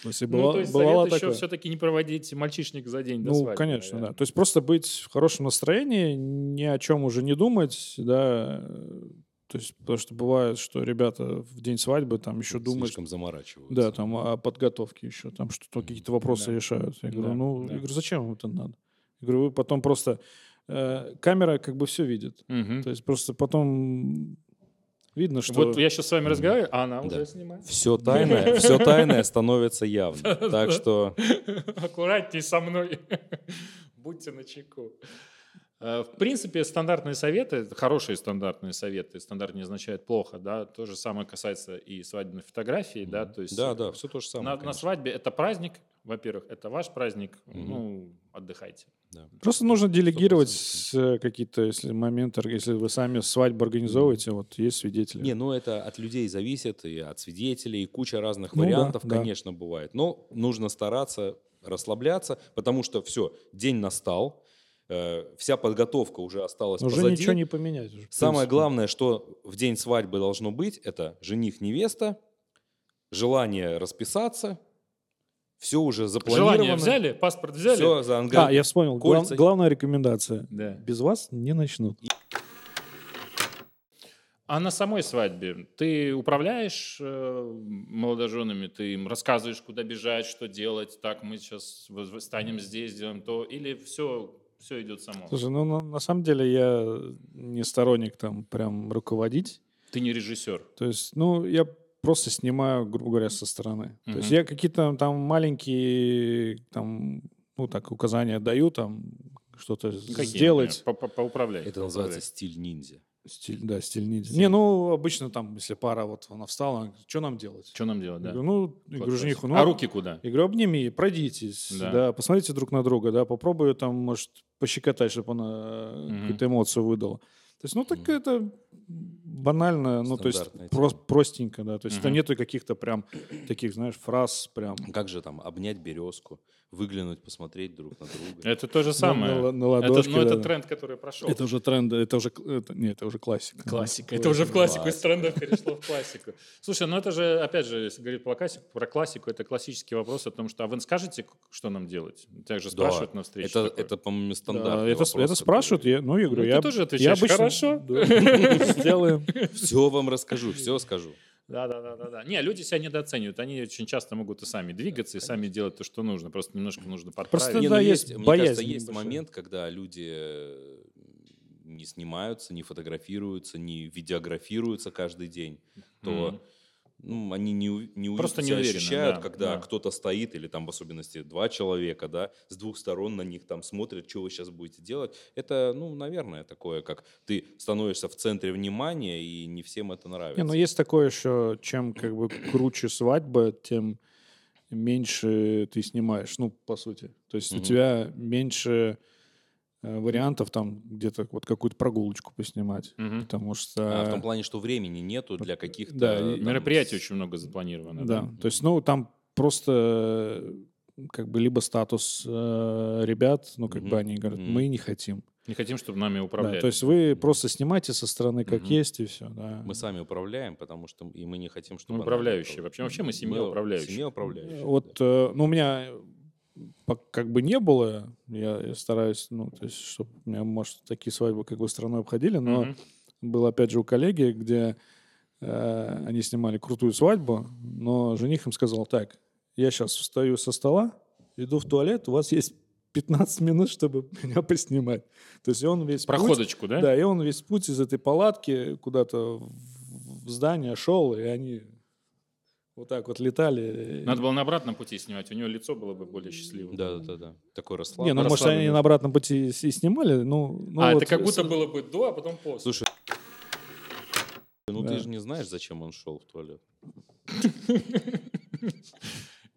Если Ну, быва- то есть бывало совет еще такое. все-таки не проводить мальчишник за день до Ну, свадьбы. конечно, наверное. да. То есть просто быть в хорошем настроении, ни о чем уже не думать, да. э, То есть, потому что бывает, что ребята в день свадьбы там еще думают, Слишком заморачиваются. Да, там о подготовке еще, там что-то какие-то вопросы Да. решают. Я говорю, Да, ну, да. я говорю, зачем вам это надо? Я говорю, вы потом просто э, камера как бы все видит, Мгм. то есть просто потом видно, что Вот я сейчас с вами разговариваю, а она Да. уже снимает. Все тайное, все тайное становится явно. Так что Аккуратней со мной. Будьте начеку. Э, В принципе, стандартные советы, хорошие стандартные советы, стандарт не означает плохо, да, то же самое касается и свадебной фотографии, да, то есть э, да, да, все то же на, самое. на конечно. свадьбе это праздник, во-первых, это ваш праздник, Мгм. ну, отдыхайте. Да. просто нужно делегировать э, какие-то если моменты, если вы сами свадьбу организовываете, вот есть свидетели. Не, ну это от людей зависит, и от свидетелей, и куча разных Ну да, вариантов, да. конечно, бывает. Но нужно стараться расслабляться, потому что все, день настал, э, вся подготовка уже осталась уже позади. ничего не поменять. уже, в Самое принципе. главное, что в день свадьбы должно быть, это жених-невеста, желание расписаться, все уже запланировано. Желание взяли, паспорт взяли. Все за ангар. А, я вспомнил. Глав- Кольца. главная рекомендация. Да. Без вас не начнут. А на самой свадьбе ты управляешь э, молодоженами, ты им рассказываешь, куда бежать, что делать, так мы сейчас станем здесь, сделаем то, или все, все идет само? Слушай, ну на, на самом деле я не сторонник там прям руководить. Ты не режиссер. То есть, ну, я просто снимаю, грубо говоря, со стороны. То есть Мгм. я какие-то там маленькие там, ну так, указания даю, там что-то Какие, сделать. например, по- по- Поуправляй. Это называется стиль ниндзя. Стиль, да, стиль ниндзя. Не, ну, обычно там, если пара вот она встала, она, что нам делать? Что нам делать, Я да? говорю, ну, я Вот говорю, жениху, классно. ну, А руки куда? Я говорю, обнимите, пройдитесь, да. Да. посмотрите друг на друга, да, попробую там, может, пощекотать, чтобы она э, Мгм. какую-то эмоцию выдала. То есть, ну, так Мгм. это банально, ну, то есть, Стандартная прос- тема. простенько, да, то есть, там Мгм. нету каких-то прям таких, знаешь, фраз прям Как же там обнять березку, выглянуть, посмотреть друг на друга. Это то же на, самое. на- на Это, ладошке, ну, это да. тренд, который прошел. Это уже тренд, это уже, к- это, нет, это уже классика. Классика. Это уже в классику из Классика. трендов перешло в классику. Слушай, ну это же, опять же, если говорить про классику, про классику, это классический вопрос о том, что а вы скажете, к- что нам делать? Так же Да. спрашивают на встрече. Это, такое. это, по-моему, стандарт. Да, это, с- это спрашивают, я, ну, я говорю, Ну, я, ты тоже я отвечаешь обычно... хорошо. Да, Сделаем. Все вам расскажу, все скажу. Да, да, да, да, да. Не, люди себя недооценивают. Они очень часто могут и сами двигаться, и сами делать то, что нужно. Просто немножко нужно подправить. Просто- Не, да, ну, есть мне боязнь кажется, есть небольшая. момент, когда люди э, не снимаются, не фотографируются, не видеографируются каждый день, то Мгм. ну, они не, у- не уютно Просто не себя уверены, ощущают, да, когда да. кто-то стоит, или там в особенности два человека, да, с двух сторон на них там смотрят, что вы сейчас будете делать. Это, ну, наверное, такое, как ты становишься в центре внимания, и ну, не всем это нравится. Не, ну есть такое еще, чем как бы круче свадьба, тем меньше ты снимаешь, ну, по сути. То есть у Мгм. тебя меньше э, вариантов там где-то вот какую-то прогулочку поснимать. Мгм. Потому что... А, в том плане, что времени нету для каких-то... Да, и- там, Мероприятий очень много запланировано. Да, то есть, ну, там просто э, как бы либо статус э, ребят, ну, как Мгм. бы они говорят, Мгм. мы не хотим. Не хотим, чтобы нами Да, управляли. то есть вы просто снимайте со стороны как Мгм. есть и все, да. Мы сами управляем, потому что и мы не хотим, чтобы... Мы она управляющие. управляла. Вообще- вообще мы семья управляющих. Семья управляющих. Вот, э, ну, у меня пок- как бы не было, я, я стараюсь, ну, то есть, чтобы у меня, может, такие свадьбы как бы страной обходили, но Мгм. был, опять же, у коллеги, где э, они снимали крутую свадьбу, но жених им сказал, так, я сейчас встаю со стола, иду в туалет, у вас есть 15 минут, чтобы меня поснимать. То есть и он весь путь- Проходочку, да? да, и он весь путь из этой палатки куда-то в, в здание шел, и они вот так вот летали. Надо было на обратном пути снимать, у него лицо было бы более счастливым. А, Да-да-да. Такой расслаб. Не, ну может они расслаблены. на обратном пути и снимали, ну, ну а, вот это как будто с- было бы до, а потом после. Слушай, ну Да. ты же не знаешь, зачем он шел в туалет.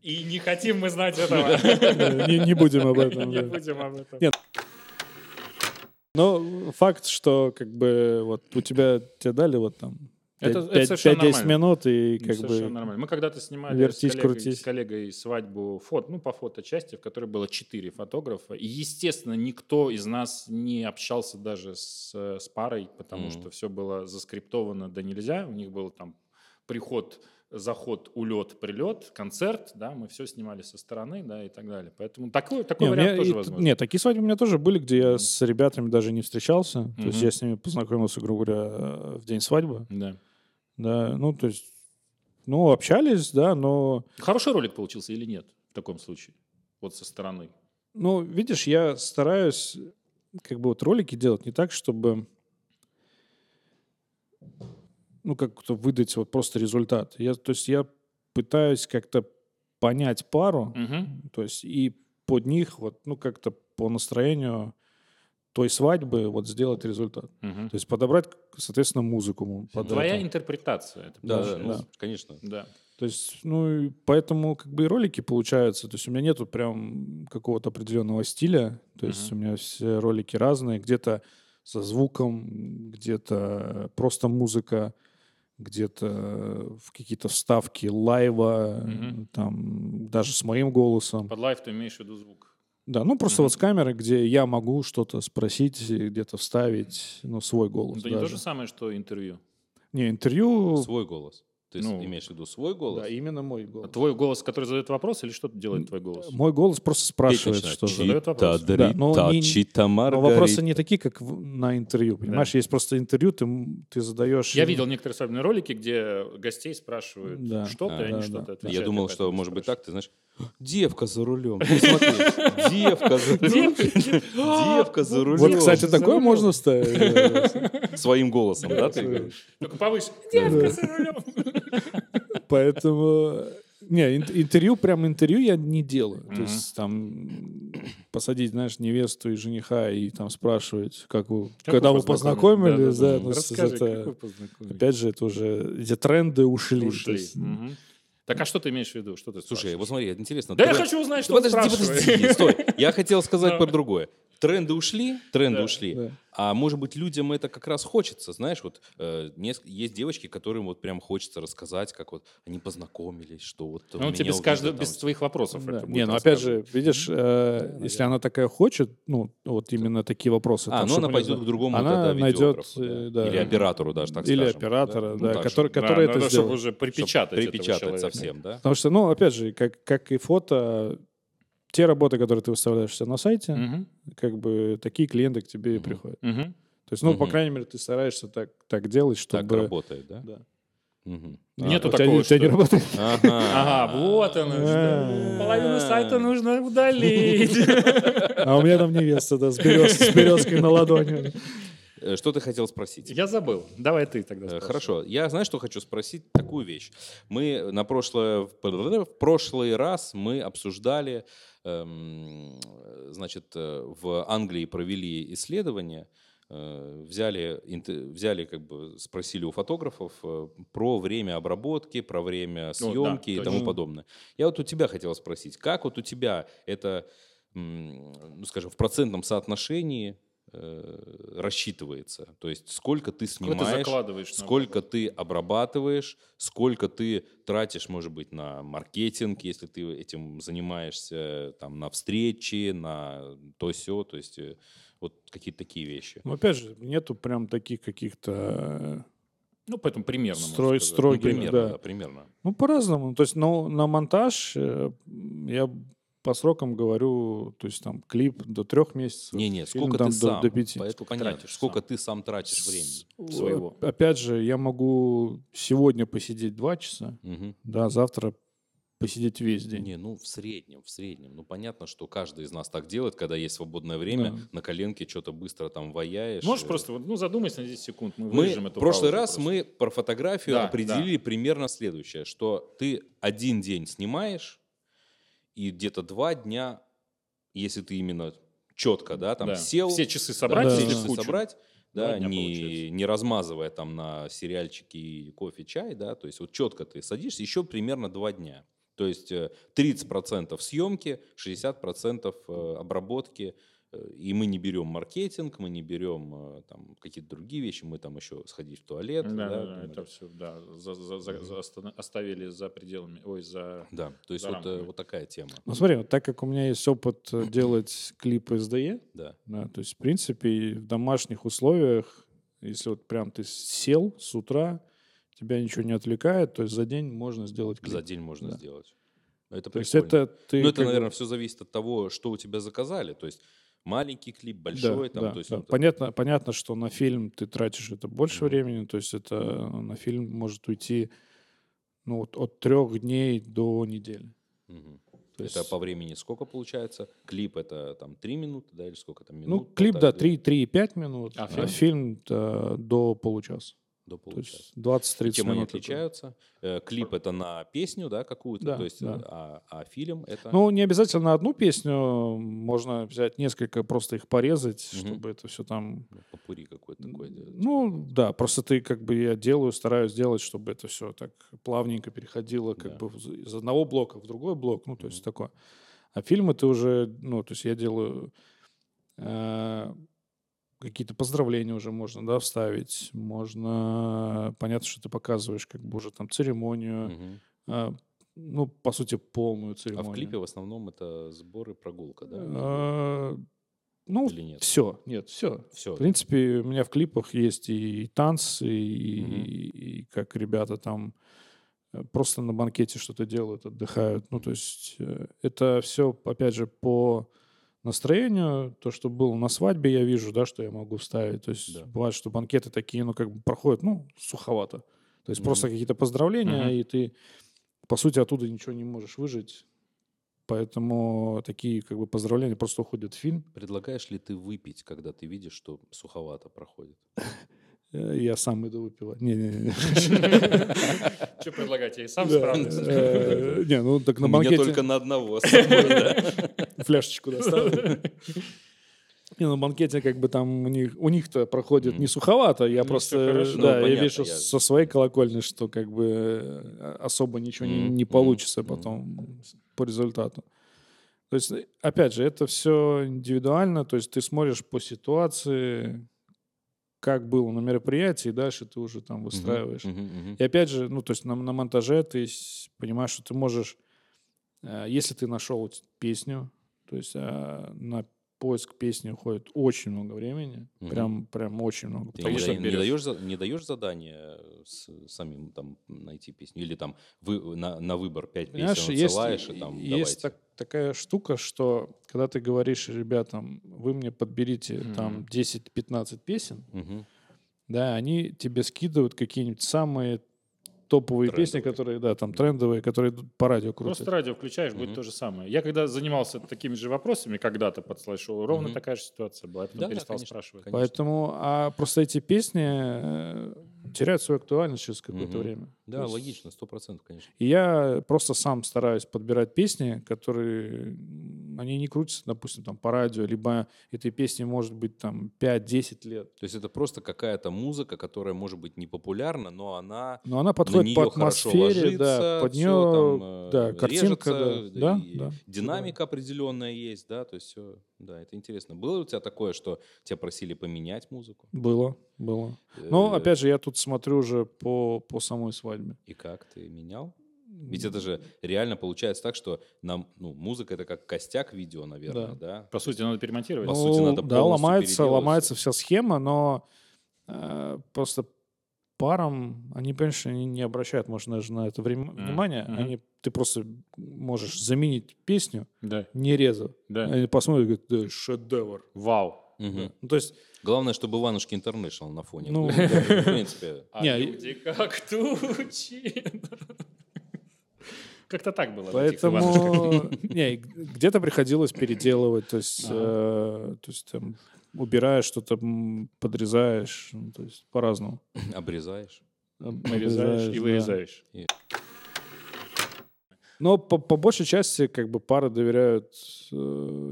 И не хотим мы знать этого. э, не, не будем об этом. Не да. будем об этом. Нет. Но факт, что как бы вот у тебя тебе дали вот там Это- это 5-10 совершенно минут и Ну, как совершенно бы... нормально. Мы когда-то снимали вертись, с, коллегой, крутись. с коллегой свадьбу фото, ну, по фоточасти, в которой было четыре фотографа. И, естественно, никто из нас не общался даже с, э, с парой, потому Мгм. что все было заскриптовано да нельзя. У них был там приход, заход, улет, прилет, концерт, да, мы все снимали со стороны, да, и так далее. Поэтому такой, такой Не, у меня вариант и тоже т- возможен. Нет, такие свадьбы у меня тоже были, где я с ребятами даже не встречался. То есть Мгм. я с ними познакомился, грубо говоря, э, в день свадьбы. Да. Да, ну то есть... Ну, общались, да, но... Хороший ролик получился или нет в таком случае? Вот со стороны. Ну, видишь, я стараюсь как бы вот ролики делать не так, чтобы ну, как-то выдать вот просто результат. Я, то есть я пытаюсь как-то понять пару, Мгм. то есть и под них вот, ну, как-то по настроению той свадьбы вот сделать результат. Мгм. То есть подобрать, соответственно, музыку. ему под Твоя это. интерпретация. это Да, да, понимаешь? ну, да. конечно. Да. То есть, ну, и поэтому как бы и ролики получаются. То есть у меня нету прям какого-то определенного стиля. То есть Мгм. у меня все ролики разные. Где-то со звуком, где-то просто музыка, где-то в какие-то вставки лайва, Мгм. там даже с моим голосом. Под лайф ты имеешь в виду звук. Да, ну просто Мгм. вот с камеры, где я могу что-то спросить, и где-то вставить, ну, свой голос Это не то даже. же самое, что интервью. Не, интервью... Свой голос. Ты с- Ну, имеешь в виду свой голос? Да, именно мой А голос. Твой голос, который задает вопрос, или что делает твой голос? Мой голос просто спрашивает, что за- задает вопрос. Да, но не- Но вопросы не такие, как в- на интервью, понимаешь? Есть просто интервью, ты, м- ты задаешь... Я им- видел некоторые особенные ролики, где гостей спрашивают Да. что-то, и А, они да, что-то да. отвечают. Я думал, и что поэтому может быть спрашивают. так, ты знаешь, девка за рулем. Ну, смотри, девка за рулем. Девка за рулем. Вот, кстати, такое можно вставить. Своим голосом, да, ты говоришь? Только повыше. Девка за рулем. Поэтому... Не, ин- интервью, прям интервью я не делаю. То Мгм. есть там посадить, знаешь, невесту и жениха и там спрашивать, как вы... Как Когда вы вы познакомились, да, ну, с- Расскажи, это- как вы познакомились? Опять же, это уже... Эти тренды ушли. То Ушли. есть, Мгм. Так а что ты имеешь в виду? Что ты Слушай, спрашиваешь? вот смотри, интересно. Да я тренд- хочу узнать, что он Подожди, спрашивает. подожди, стой. Я хотел сказать типа Да. про другое. Тренды ушли, тренды Да. ушли. да. А может быть, людям это как раз хочется, знаешь, вот э, неск- есть девочки, которым вот прям хочется рассказать, как вот они познакомились, что вот Ну, меня тебе без увидел каждого, там. без твоих вопросов Да. это Не, будет ну опять рассказано. же, видишь, э, если она такая хочет, ну вот именно такие вопросы. А, там, ну чтобы она не пойдет знаю. к другому Она тогда найдет, видеографу, э, да. Или оператору даже, так Или скажем. оператора, Ну, да, так который, Да, который это надо, сделал. чтобы уже чтоб припечатать этого Припечатать человека. совсем, да? Потому что, ну, опять же, как, как и фото, те работы, которые ты выставляешь себя на сайте, Мгм. как бы такие клиенты к тебе и приходят. Мгм. То есть, ну, по Мгм. крайней мере, ты стараешься так, так делать, чтобы... Так работает, да? э, Да. Мгм. Нету у тебя, такого, не- у тебя не что- работает. Ага. Ага, вот оно. что. А. Половину сайта нужно удалить. А у меня там невеста, да, с, берез- с березкой на ладони. Э, Что ты хотел спросить? Я забыл. Давай ты тогда. Э, спроси. Хорошо. Я, знаешь, что хочу спросить? Такую вещь. Мы на прошлое, в прошлый раз мы обсуждали, эм, значит, э, в Англии провели исследование э, э, взяли, инте- взяли, как бы спросили у фотографов э, про время обработки, про время съемки и тому точно. подобное. Я вот у тебя хотел спросить, как вот у тебя это, м, ну, скажем, в процентном соотношении э, рассчитывается? То есть сколько ты Сколько ты снимаешь, закладываешь? Ну на сколько ты обрабатываешь, сколько ты тратишь, может быть, на маркетинг, если ты этим занимаешься, там, на встречи, на то все, то есть э, вот какие-то такие вещи. Ну, опять же, нету прям таких каких-то... Ну, поэтому примерно. можно Строй- сказать. строй- Ну, строгие, примерно, да. да, примерно. э, Ну, по-разному. То есть ну, на монтаж э, я по срокам говорю, то есть там клип до трех месяцев. Не-не, фильм сколько там ты до- сам, до пяти. поэтому Сколько понятно, тратишь сколько сам? ты сам тратишь времени. С- своего. Опять же, я могу сегодня посидеть два часа, Мгм. да, завтра посидеть весь день. Не, ну в среднем, в среднем. Ну понятно, что каждый из нас так делает, когда есть свободное время, Да. на коленке что-то быстро там ваяешь. Можешь э, просто, вот, ну, задумайся на 10 секунд, мы, Мы вырежем эту в прошлый паузу раз просто. мы про фотографию Да, определили примерно следующее, что ты один день снимаешь и где-то два дня, если ты именно четко, да, там Да. сел, Все часы собрать, Да. все все часы в кучу. собрать, да, Два дня не, получается. не размазывая там на сериальчики и кофе, чай, да, то есть вот четко ты садишься, еще примерно два дня. То есть э, 30% съемки, 60% э, обработки, э, и мы не берем маркетинг, мы не берем э, там какие-то другие вещи, мы там еще сходить в туалет. Да, да, Да, да, думали. это все, да, за- за- за- за- остана- оставили за пределами, ой, за... Да, то есть За вот, э, рамками. вот такая тема. Ну, смотри, вот так как у меня есть опыт э, делать клипы СДЕ, Да. E, да, то есть, в принципе, и в домашних условиях, если вот прям ты сел с утра, тебя ничего не отвлекает, то есть за день можно сделать клип. За день можно Да. сделать. Но Это То есть прикольно. это ты... Ну, как бы- это, наверное, все зависит от того, что у тебя заказали. То есть маленький клип, большой, да, там, да, то есть да. он там- понятно, понятно, что на фильм ты тратишь это больше Мгм. времени, то есть это э, на фильм может уйти ну, вот от трех дней до недели. Мгм. То это есть- по времени сколько получается? Клип это там 3 минуты, да, или сколько там минут? ну, клип, да, полторы, 3-3,5 минут, А а фильм? фильм, э, до получаса. До То получаса. есть 20-30 минут. Чем они это. отличаются? Э, Клип это на песню, да, какую-то, Да, то есть, э, да. а, а фильм это... Ну, не обязательно на одну песню, можно взять несколько, просто их порезать, Мгм. чтобы это все там... Ну, попури какой-то такой. да. Ну, да, просто ты как бы я делаю, стараюсь делать, чтобы это все так плавненько переходило как Да. бы из из одного блока в другой блок, ну, то есть такое. А фильмы ты уже, ну, то есть я делаю э, какие-то поздравления уже можно, да, вставить, можно, понятно, что ты показываешь как бы уже там церемонию, Мгм. э, ну, по сути, полную А церемонию. в клипе в основном это сборы, прогулка, да? Э, Ну, Или нет? все, нет, все. Все. В принципе, у меня в клипах есть и танцы, и, Мгм. и- и как ребята там э, просто на банкете что-то делают, отдыхают. Ну, то есть э, это все, опять же, по настроению, то, что было на свадьбе, я вижу, да, что я могу вставить. То есть Да. бывает, что банкеты такие, ну, как бы проходят, ну, суховато. То есть Мгм. просто какие-то поздравления, Мгм. и ты, по сути, оттуда ничего не можешь выжить. Поэтому такие как бы поздравления просто уходят в фильм. Предлагаешь ли ты выпить, когда ты видишь, что суховато проходит? Э, Я сам иду выпивать. Не-не-не. Что предлагать, я и сам Да. справлюсь. Э, Не, ну так на У меня банкете... только на одного с собой, да. фляжечку доставлю. Не, на банкете как бы там у них у них-то проходит не Мгм. суховато, я Ну, всё просто хорошо. Ну, да, я понятно, вижу я- со своей колокольни, что как бы э, особо ничего не, Мгм, не мгм, получится мгм. потом по результату. То есть, э, опять же, это все индивидуально, то есть ты смотришь по ситуации, как было на мероприятии, и дальше ты уже там выстраиваешь. Мгм, мгм, И опять же, ну, то есть на, на монтаже ты с- понимаешь, что ты можешь, э, если ты нашел эт- песню, то есть а, на поиск песни уходит очень много времени, Мгм. прям, прям очень много. Ты потому не, Конечно, что- да- не берешь. даешь, за- не даешь задание э, с, самим там найти песню? Или там вы, э, на, на выбор пять песен Понимаешь, отсылаешь есть, и там есть давайте. так- такая штука, что когда ты говоришь ребятам, вы мне подберите там Мгм. 10-15 песен, Мгм. да, они тебе скидывают какие-нибудь самые топовые песни, Трендовые. которые, да, там трендовые, которые идут по радио крутят. Просто радио включаешь, будет Мгм. то же самое. Я когда занимался такими же вопросами когда-то под слайшоу, ровно Мгм. такая же ситуация была. Я потом Да, да, перестал конечно, спрашивать. конечно. Поэтому, а просто эти песни э, теряют свою актуальность через какое-то Мгм. время. Да, То есть- логично, сто процентов, конечно. И я просто сам стараюсь подбирать песни, которые м, они не крутятся, допустим, там по радио, либо этой песни может быть там 5-10 лет. То есть это просто какая-то музыка, которая может быть не популярна, но она Но она на подходит нее по хорошо атмосфере, ложится, да, под всё нее, там, э, да, картинка, режется, да, и да, да. динамика определенная есть, да, то есть все, да, это интересно. Было у тебя такое, что тебя просили поменять музыку? Было, было. Но, Э, Ну, опять же, я тут смотрю уже по, по самой свадьбе. И как ты менял? Ведь это же реально получается так, что нам, ну, музыка это как костяк видео, наверное, да? По сути, надо перемонтировать. Ну, По сути, надо да, полностью ломается, переделывать ломается вся схема, но э, просто парам, они, конечно, не, не обращают, можно даже на это время, Мгм, внимание. мгм. Они, ты просто можешь заменить песню, Да, не резав. да. Они посмотрят и говорят, да, шедевр. Вау. Мгм. Ну, то есть, Главное, чтобы Иванушки Интернешнл на фоне. Ну, был. да. в принципе. А Не, люди как тучи. Как-то так было. в этих Иванушках. поэтому... Не, и г- где-то приходилось переделывать, то есть, э, то есть там, убираешь что-то, м, подрезаешь, ну, то есть, по-разному. Обрезаешь. Нарезаешь и да. вырезаешь. Но по, по большей части как бы пары доверяют, э,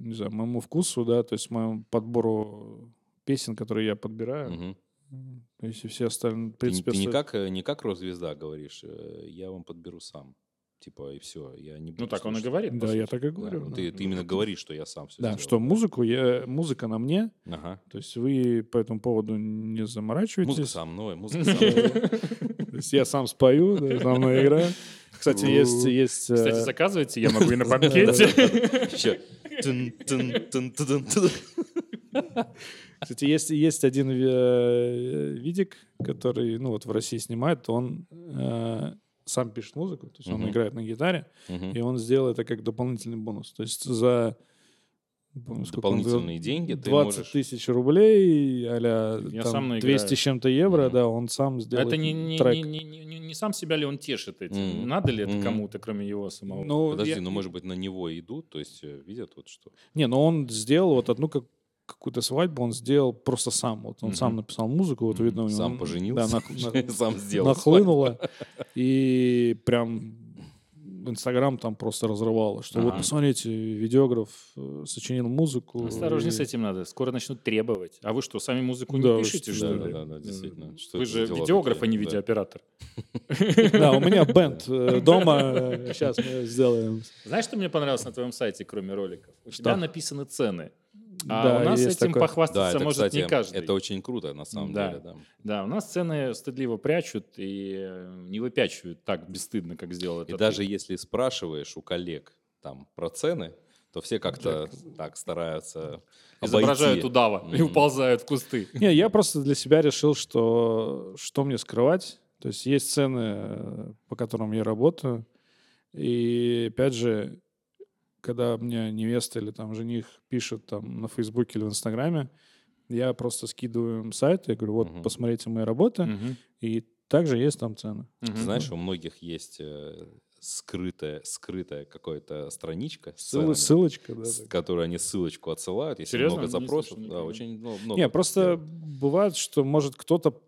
не знаю, моему вкусу, да, то есть моему подбору песен, которые я подбираю. Мгм. То есть и все остальные, в Ты, не- принципе, ты не остаётся- как, э, не как рок-звезда говоришь, э, я вам подберу сам. Типа, и все, я не буду Ну так он и слушать. говорит. по Да, я сути. так и Да, говорю. ну да. ты, ты именно говоришь, что я сам все Да, что музыку я, музыка на мне, Ага. то есть вы по этому поводу не заморачиваетесь. Музыка со мной, музыка со мной. То есть я сам спою, да, со мной играю. Кстати, есть... есть э, Кстати, заказывайте, я могу и на банкете. Всё. Тын, тын, тын, тын, тын. Кстати, есть, есть один э, видик, который, ну вот в России снимает, он э, сам пишет музыку, то есть он Мгм. играет на гитаре, Мгм. и он сделал это как дополнительный бонус. То есть за не помню, сколько он говорил, Дополнительные деньги ты 20 можешь... тысяч рублей, а-ля Я там, сам наиграю. 200 с чем-то евро, Мгм. да, он сам сделал Это не, не, трек. не, не, не- не- не сам себя ли он тешит этим? Мгм. Надо ли это Мгм. кому-то, кроме его самого? Ну, Подожди, я- ну может быть на него идут, то есть э, видят вот что. Не, но он сделал вот одну как какую-то свадьбу он сделал просто сам. Вот он Мгм. сам написал музыку, вот Мгм. видно, у него- Сам Да, поженился, нах- на- сам сделал. нахлынуло. И прям Инстаграм там просто разрывало, что вот Ага. посмотрите, видеограф э, сочинил музыку. Осторожнее и- с этим надо. Скоро начнут требовать. А вы что, сами музыку Да, не вы пишете, что, что да, ли? да, да, действительно. Что Вы это же за дела видеограф, а не такие? Да. видеооператор. Да, у меня бенд э, дома, сейчас мы сделаем. Знаешь, что мне понравилось на твоем сайте, кроме роликов? У Что? тебя написаны цены. А Да, у нас есть этим такое. похвастаться Да, это, может кстати, не каждый. это очень круто, на самом Да. деле. Да. Да, у нас цены стыдливо прячут и э, не выпячивают так бесстыдно, как сделал это. И даже если спрашиваешь у коллег там про цены, то все как-то так стараются изображают обойти. удава и Мгм. уползают в кусты. Не, я просто для себя решил, что что мне скрывать. То есть есть цены, э, по которым я работаю. И опять же, когда мне невеста или там жених пишет там на Фейсбуке или в Инстаграме, я просто скидываю им сайт, я говорю, вот, Мгм. посмотрите мои работы, Мгм. и также есть там цены. Мгм. Ты знаешь, у многих есть э, скрытая, скрытая какая-то страничка, с Ссыл- ценами, ссылочка, да. с так. которой они ссылочку отсылают, если Серьезно? много Не слышал запросов, да, никогда. очень ну, много. Не, просто таких. бывает, что может кто-то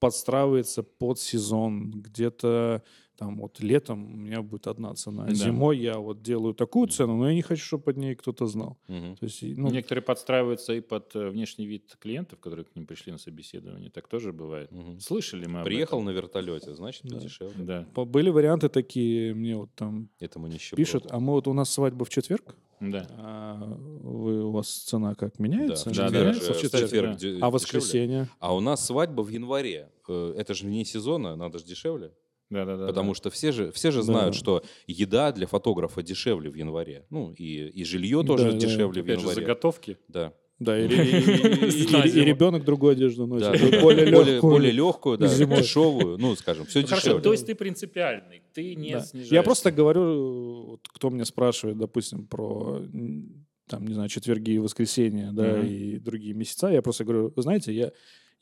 подстраивается под сезон, где-то там вот летом у меня будет одна цена, а Да. зимой я вот делаю такую цену, но я не хочу, чтобы под ней кто-то знал. Мгм. То есть, и, ну, Некоторые подстраиваются и под э, внешний вид клиентов, которые к ним пришли на собеседование. Так тоже бывает. Мгм. Слышали мы об Приехал на вертолете, значит, Да. этом? подешевле. Да, по- были варианты такие, мне вот там Этому нищеброду. пишут, а мы вот у нас свадьба в четверг, да. а вы, у вас цена как да, меняется? в Не да, четверг, да, меняется? э, в в четверг, четверг да. де- А дешевле. воскресенье? А у нас свадьба в январе. Э, Это же вне сезона, надо же дешевле. Да, да, да. Потому что все же, все же Да. знают, что еда для фотографа дешевле в январе. Ну, и, и жилье тоже Да, да. дешевле в Опять же, январе. заготовки. Да. Да, И- и, и- и- и- и ребенок. ребенок другую одежду носит, Да. более легкую. более легкую, да, Зимой. дешевую. Ну, скажем, все Ну, Хорошо, дешевле. то есть ты принципиальный, ты не Да. снижаешь. Я просто говорю, э, вот кто меня спрашивает, допустим, про м, там, не знаю, четверги и воскресенья, да, Мгм. и другие месяца, я просто говорю, вы знаете, я,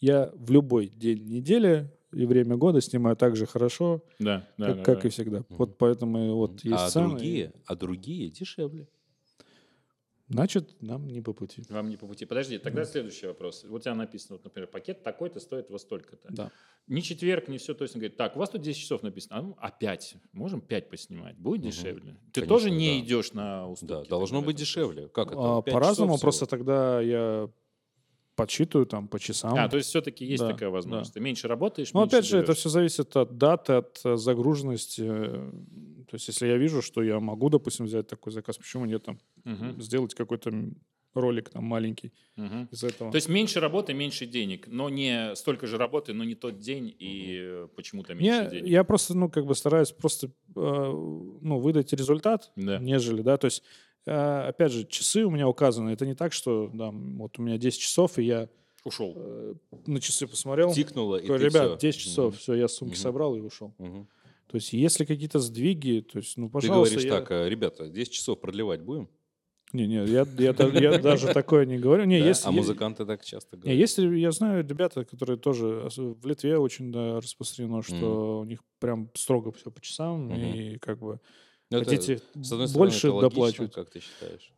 я в любой день недели и время года снимаю так же хорошо, Да, да, как, да, как да. и всегда. Вот поэтому и вот есть а цены, и- другие, а другие дешевле. Значит, нам не по пути. Вам не по пути. Подожди, тогда следующий вопрос. Вот у тебя написано, вот, например, пакет такой-то стоит во столько-то. Да. Ни четверг, ни все точно. Говорит, так, у вас тут 10 часов написано. А ну, опять. Можем 5 поснимать? Будет Мгм. дешевле? Ты Конечно, тоже не да. идешь на уступки? Да, тогда должно в быть этом дешевле. Как это? А, Пять часов По-разному, всего? просто тогда я подсчитываю там по часам. А, то есть все-таки есть Да, такая возможность. Ты меньше работаешь, Ну, меньше опять же, это берешь. все зависит от даты, от э, загруженности. э, То есть, если я вижу, что я могу, допустим, взять такой заказ, почему нет там Мгм, сделать какой-то м, ролик там маленький мгм. из этого. То есть меньше работы, меньше денег, но не столько же работы, но не тот день и э, почему-то меньше Мне- денег. я просто, ну, как бы стараюсь просто, э, ну, выдать результат, Да. нежели, да, то есть, э, опять же, часы у меня указаны, это не так, что, да, вот у меня 10 часов, и я Ушел. э, на часы посмотрел, тикнуло, и такой, ты ребят, всё. 10 часов, Мгм. все, я сумки Мгм. собрал и ушел. Мгм. То есть, если какие-то сдвиги, то есть, ну, Ты пожалуйста. говоришь я- так, «Э, ребята, 10 часов продлевать будем? Не, не, я, я да- я даже такое не говорю. Не, Да? если, а музыканты так часто Не, говорят. если я знаю ребята, которые тоже ос- в Литве очень да, распространено, что у них прям строго все по часам Мгм. и как бы Ну, это, хотите с одной стороны, больше это логично, доплачивать. Как ты считаешь?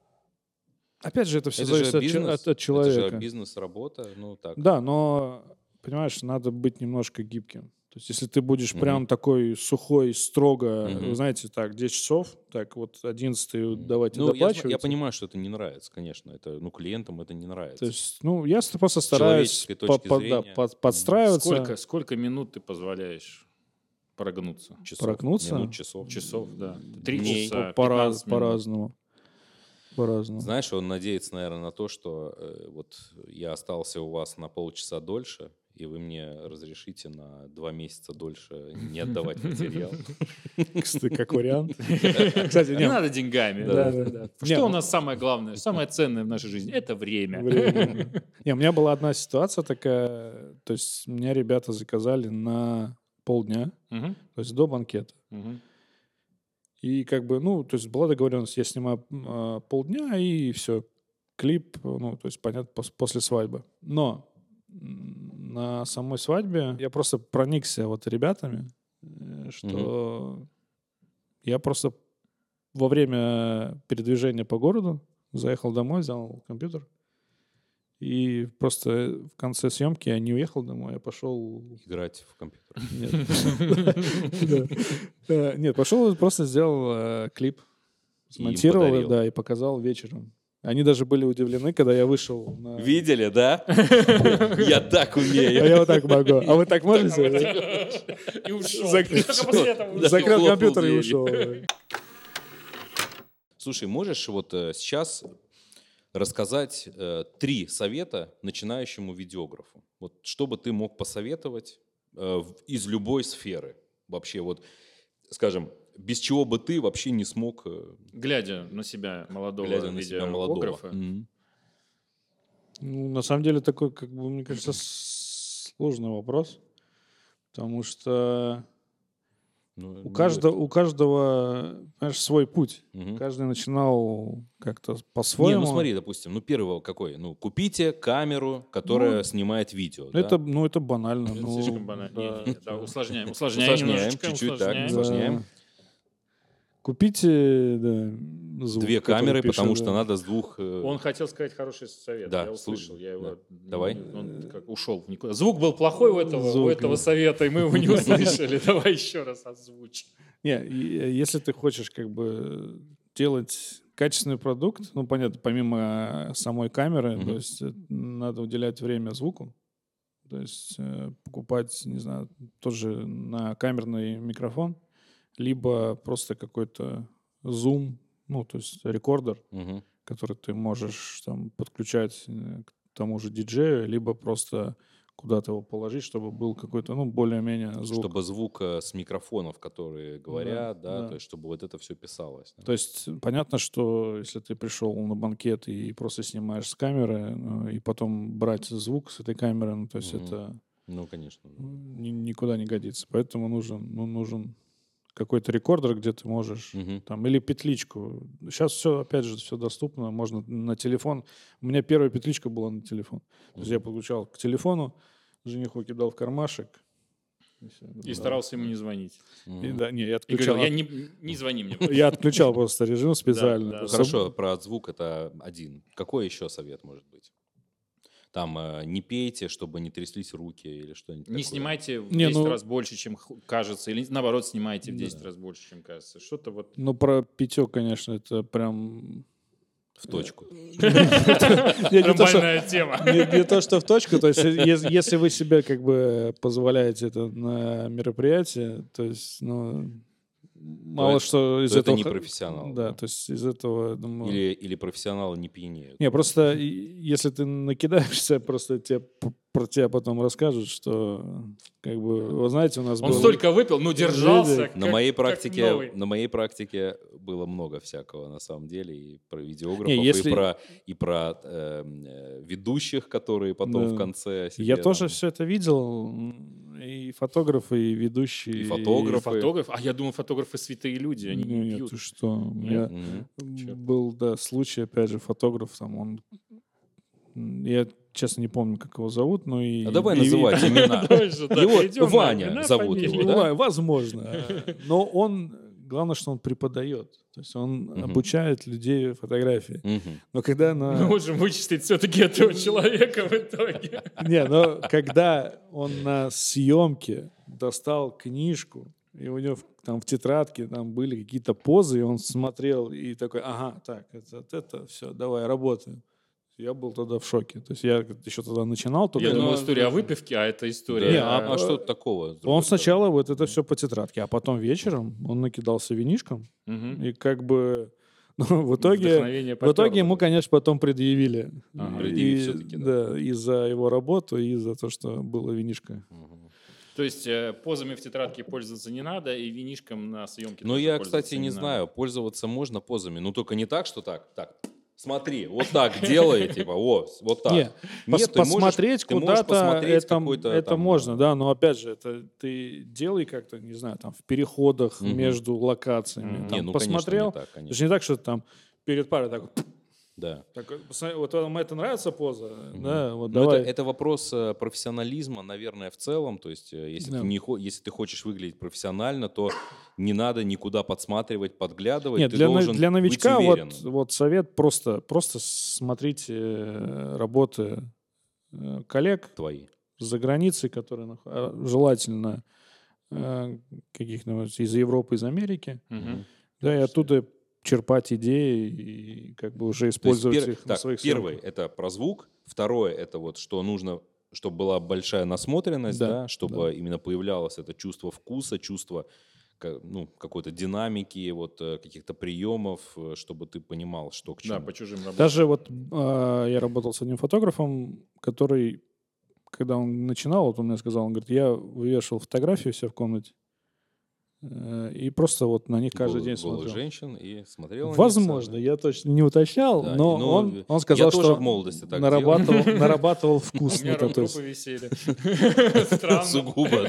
Опять же, это все Это же зависит от че- бизнес, от, от Это же человека. бизнес, работа, ну так. да, но понимаешь, надо быть немножко гибким. То есть, если ты будешь Мгм. прям такой сухой, строго, Мгм. вы знаете, так, 10 часов, так, вот 11 давайте Ну, я, зна- доплачивайте. я понимаю, что это не нравится, конечно. Это, ну, клиентам это не нравится. То есть, ну, я с- просто стараюсь человеческой по- точки по- да, зрения. под- подстраиваться. Сколько, сколько минут ты позволяешь прогнуться? часов, Проткнуться? минут, часов. Часов, да. Три Дней. часа. Ну, По- по-раз- 15 минут. по-разному. По-разному. Знаешь, он надеется, наверное, на то, что э, вот я остался у вас на полчаса дольше, и вы мне разрешите на два месяца дольше не отдавать материал. Кстати, как вариант. Кстати, Не нет, надо деньгами. Да. да, да. Не, Что у ну- нас самое главное, самое ценное в нашей жизни? Это время. время. Не, у меня была одна ситуация такая, то есть меня ребята заказали на полдня, Мгм, то есть до банкета. мгм. И как бы, ну, то есть была договоренность, я снимаю м, э, полдня и все, клип, ну, то есть понятно, пос- после свадьбы. Но м, на самой свадьбе я просто проникся вот ребятами, э, что я просто во время передвижения по городу заехал домой, взял компьютер, и просто в конце съемки я не уехал домой, я пошел Играть в компьютер. нет. Да. Э, Нет, пошел и просто сделал э, клип, И им смонтировал, подарил. и, да, и показал вечером. Они даже были удивлены, когда я вышел на... Видели, да? Я так А умею. я вот так могу. А вы так можете? И ушел. Закрыл. Только после этого Да. Закрыл хлопнул компьютер и дверью. ушел. Слушай, можешь вот э, сейчас рассказать э, три совета начинающему видеографу? Вот что бы ты мог посоветовать э, в- из любой сферы? Вообще вот, скажем, без чего бы ты вообще не смог, э, Глядя на себя молодого глядя на себя молодого? видеографа, Мгм. Ну, на самом деле, такой, как бы, мне кажется, с- сложный вопрос. Потому что Ну, у ну, каждого, у каждого, понимаешь, свой путь. это- Мгм. Каждый начинал как-то Не, по-своему. ну смотри, допустим, ну первого какой? Ну купите камеру, которая Ну, снимает видео. да? Это, ну, это банально. Это ну, слишком банально. да. Не, не, да, усложняем, усложняем, Усложняем, немножечко, чуть-чуть, так, усложняем. Да. Усложняем. Э, Купите да, звук, две который камеры, пишет, потому да. что надо с двух. э, Он хотел сказать хороший совет. Да, я услышал, слушай, я его. да. Давай. Он как ушел в никуда. Звук был плохой у этого, у Звук, этого да. совета, и мы его не услышали. Давай еще раз озвучь. Не, и- э, если ты хочешь как бы делать качественный продукт, ну понятно, помимо э, самой камеры, Мгм. то есть э, надо уделять время звуку, то есть э, покупать, не знаю, тоже на камерный микрофон, либо просто какой-то зум, ну то есть рекордер, Мгм. который ты можешь там подключать э, к тому же диджею, либо просто куда-то его положить, чтобы был какой-то, ну, более-менее звук. Чтобы звук э, с микрофонов, которые говорят, да, да. то есть чтобы вот это все писалось. да. То есть понятно, что если ты пришел на банкет и просто снимаешь с камеры, ну, и потом брать звук с этой камеры, ну, то есть Мгм. это Ну, конечно. ну, ни- никуда не годится. Поэтому нужен, ну, нужен какой-то рекордер, где ты можешь Мгм. там, или петличку. Сейчас все, опять же, все доступно, можно на телефон. У меня первая петличка была на телефон. То есть я подключал к телефону, жениху кидал в кармашек, И всё. И Да. старался ему не звонить. И Мгм. да, не, я И отключал. говорил, я не, не звони мне. Я отключал просто режим специально. да, Просто- Хорошо, про звук это один. Какой еще совет может быть? Там э, не пейте, чтобы не тряслись руки или Не что-нибудь. такое. снимайте в Не, 10 ну- раз больше, чем ху- кажется, или наоборот, снимайте в 10 Да. раз больше, чем кажется. Что-то вот... Ну, про питье, конечно, это прям... в точку. Я не то, что- Больная тема. не, не то, что в точку. То есть, е- если вы себе как бы позволяете это на мероприятии, то есть, ну, мало это- что из то это этого... не х- профессионал, да. Да, то есть из этого, я думаю... Или, или профессионалы не пьянеют. Не, просто и- если ты накидаешься, просто тебе, п- про тебя потом расскажут, что, как бы, вы знаете, у нас Он был- столько выпил, ну держался. На как- моей как практике, новый. на моей практике было много всякого на самом деле и про видеографов, Не, если- и про и про эм, э, ведущих, которые потом Да. в конце. себе Я там- тоже все это видел, м, и фотографы, и ведущие. И фотографы. Фотограф? А я думал, фотографы святые люди, они не Ну, Нет, пьют. ты что? У меня Мгм. Чёрт. был, да, случай, опять же, фотограф там, он... м, Я, честно, не помню, как его зовут, но и... А давай и- называть имена. Давай же так, Его идем на Ваня имена, зовут фамилии. его, Ну, да? ва- Возможно. э, Но он, главное, что он преподает. То есть он Мгм. обучает людей фотографии. Мгм. Но когда Мы на... можем вычислить все-таки этого человека в итоге. Не, но когда он на съемке достал книжку, и у него в- там в тетрадке там были какие-то позы, и он смотрел и такой, ага, так, это, вот это все, давай, работаем. Я был тогда в шоке. То есть я еще тогда начинал. только- Я думал, Но- история о выпивке, а это история. Не, о- а, а- что такого? с другой Он стороны? сначала вот это все по тетрадке, а потом вечером он накидался винишком, Мгм. и как бы ну, в итоге... Вдохновение В итоге потёрло. ему, конечно, потом предъявили. Ага. И- Предъявили всё-таки, да. да, и за его работу, и за то, что было винишко. Мгм. То есть э, позами в тетрадке пользоваться не надо, и винишком на съемке. Ну, тоже я, пользоваться кстати, не надо. знаю, пользоваться можно позами, но только не так, что так, так, смотри, вот так делай, типа, о, вот так. Не, Нет, пос- ты можешь- посмотреть ты можешь куда-то посмотреть это, какой-то это там, э, можно, да, но опять же, это ты делай как-то, не знаю, там в переходах Мгм. между локациями. Мгм. Не, Там ну, конечно, не посмотрел, так, то конечно, есть не так, что ты там перед парой так, вот, да. так вот, посмотри, вот вам это нравится поза, Мгм. да, вот Ну, это, давай. это вопрос э, профессионализма, наверное, в целом. То есть, э, если, Да. ты не, хо- если ты хочешь выглядеть профессионально, то не надо никуда подсматривать, подглядывать. Нет, ты для, на- должен для новичка быть вот, уверен. вот совет просто, просто смотрите э, работы э, коллег твои. за границей, которые нах- а, желательно э, каких-то вот из Европы, из Америки, Мгм. да, и оттуда черпать идеи и как бы уже э, То есть использовать пер- их на так, своих первый съемках. это про звук, второе это вот что нужно, чтобы была большая насмотренность, Да, да, чтобы именно появлялось это чувство вкуса, чувство ка- ну, какой-то динамики, вот э, каких-то приемов, э, чтобы ты понимал, что к чему. Да, по чужим работам. Даже вот а, я работал с одним фотографом, который, когда он начинал, вот он мне сказал, он говорит, я вывешивал фотографии все в комнате э, и просто вот на них каждый Голых- день голых смотрел. женщин и смотрел. на них сам. Возможно, я точно не уточнял, но Да, и, ну, он, он сказал, я что тоже в молодости так нарабатывал, делал. нарабатывал У вкус. меня ну, то есть. ром-трупы висели. Странно. Сугубо,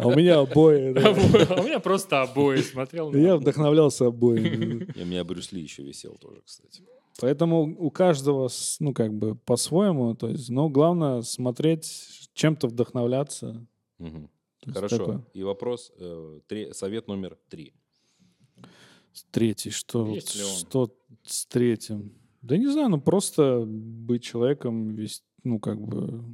А у меня обои. да. А У меня просто обои смотрел. на Я обои. вдохновлялся обоими. И У меня Брюс Ли еще висел тоже, кстати. Поэтому у каждого, с- ну, как бы по-своему, то есть, но главное смотреть, чем-то вдохновляться. Мгм. То есть Хорошо. такое. И вопрос, э, три- совет номер три. Третий, что, вот- Есть ли он? что с третьим? Да не знаю, ну просто быть человеком, весь, ну, как бы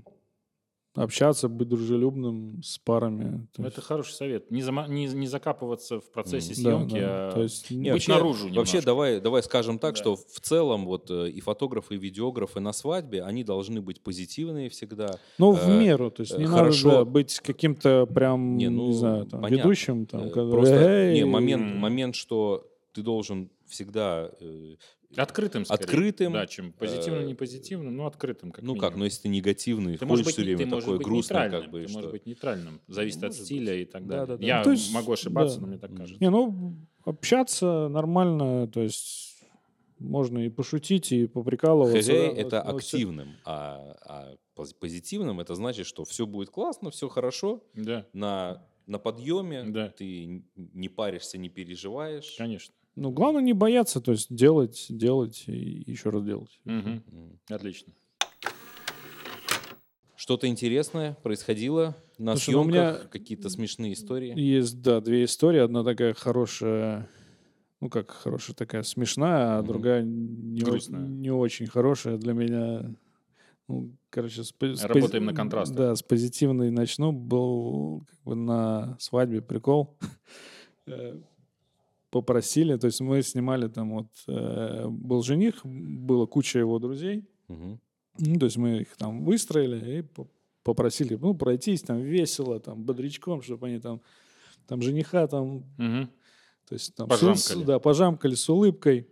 общаться, быть дружелюбным с парами. то Ну, есть- Это хороший совет. Не зама- не- не закапываться в процессе Мгм. Да, съемки, да. а То есть, Не, быть вообще- наружу Вообще, немножко. давай, давай скажем так, Да. что в целом вот э, и фотографы, и видеографы на свадьбе, они должны быть позитивные всегда. Ну, в Э, меру, то есть э, не хорошо. надо да, быть каким-то прям, Не, не, ну, знаю, там, понятно. ведущим. Там, Э, когда, Просто «Эй!» не, момент, Мгм. момент, что ты должен всегда... э, Открытым, скорее. Открытым, Да, чем позитивным, э, не позитивным, но открытым. Как ну как, минимум. но если ты негативный, Ты ходишь можешь быть, все не- ты время можешь такой быть грустный, нейтральным, как бы, и ты можешь что? быть нейтральным, зависит Может от быть. стиля и так Да, далее. да, да. Я Ну, то есть, могу ошибаться, да. но мне так кажется. Не, ну, общаться нормально, то есть можно и пошутить, и поприкалываться. Хэгэй да, это вот, но всё- активным, а, а пози- позитивным это значит, что все будет классно, все хорошо, Да, на, на подъеме, Да. ты н- не паришься, не переживаешь. конечно. Ну, главное не бояться, то есть делать, делать и еще раз делать. Мгм. Мгм. Отлично. Что-то интересное происходило на Слушай, ну, у съемках? меня- Какие-то смешные истории? Есть, да, две истории. Одна такая хорошая, ну как хорошая, такая смешная, а Мгм. другая не, о- Грустная. не очень хорошая для меня. Ну, короче, с пози- с пози- Работаем на контрастах. Да, с позитивной начну. Был как бы на свадьбе прикол. Э, Попросили, то есть мы снимали там вот, э, был жених, было куча его друзей, Мгм. ну, то есть мы их там выстроили и по- попросили, ну, пройтись там весело, там, бодрячком, чтобы они там, там жениха там, Мгм. то есть там... Пожамкали. с- да, пожамкали с улыбкой.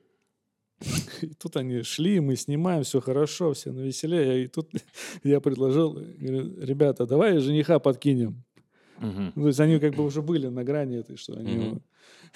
И тут они шли, мы снимаем, все хорошо, все навеселее. И тут я предложил, говорю, ребята, давай жениха подкинем. Мгм. Ну, то есть они как бы уже были на грани этой, что они, Мгм. его,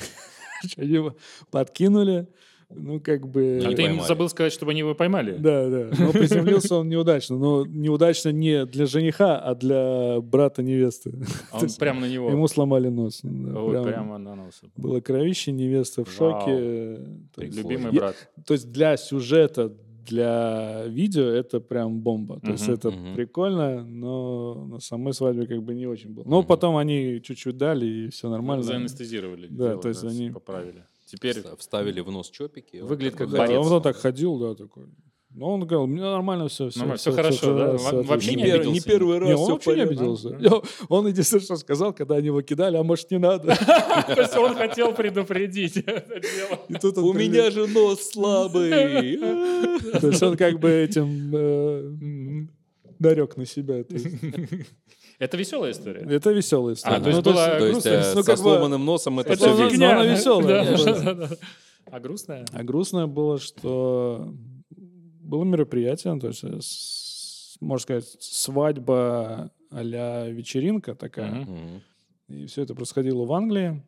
они его подкинули, ну, как бы... А ты им поймали. забыл сказать, чтобы они его поймали? Да, да. Но приземлился он неудачно. Но неудачно не для жениха, а для брата невесты. А Он прямо на него. Ему сломали нос. Ну, Да, Ой, прям прямо на нос. Было кровище, невеста в Вау. шоке. То есть, Любимый я- брат. то есть для сюжета, для видео это прям бомба. То есть Мгм, это мгм. прикольно, но на самой свадьбе как бы не очень было. Но Мгм. потом они чуть-чуть дали, и все нормально. Заанестезировали. Да, дело, то есть они- Поправили. Теперь Вста- Вставили в нос чопики. и он Выглядит такой как Да, ходил. борец. он вот так ходил, да, такой. Но он говорил, у меня нормально все. Нормально, всё хорошо, да? Во- вообще Не, не пер- обиделся. не первый раз. Не, всё он вообще не понятно. обиделся. Он единственное, что сказал, когда они его кидали, а может, не надо. То есть он хотел предупредить это дело. И тут он У прилип. меня же нос слабый. То есть он как бы этим дарек на себя. то есть. Это веселая история. Это веселая история. А, то есть Ну, была То есть грустная. э, ну, со как бы- сломанным носом это Это все фигня. видно. она веселая, Да, да, да. да. А грустная? А грустное было, что было мероприятие, ну, то есть, э, с- можно сказать, свадьба а вечеринка такая. Мгм. Мгм. И все это происходило в Англии.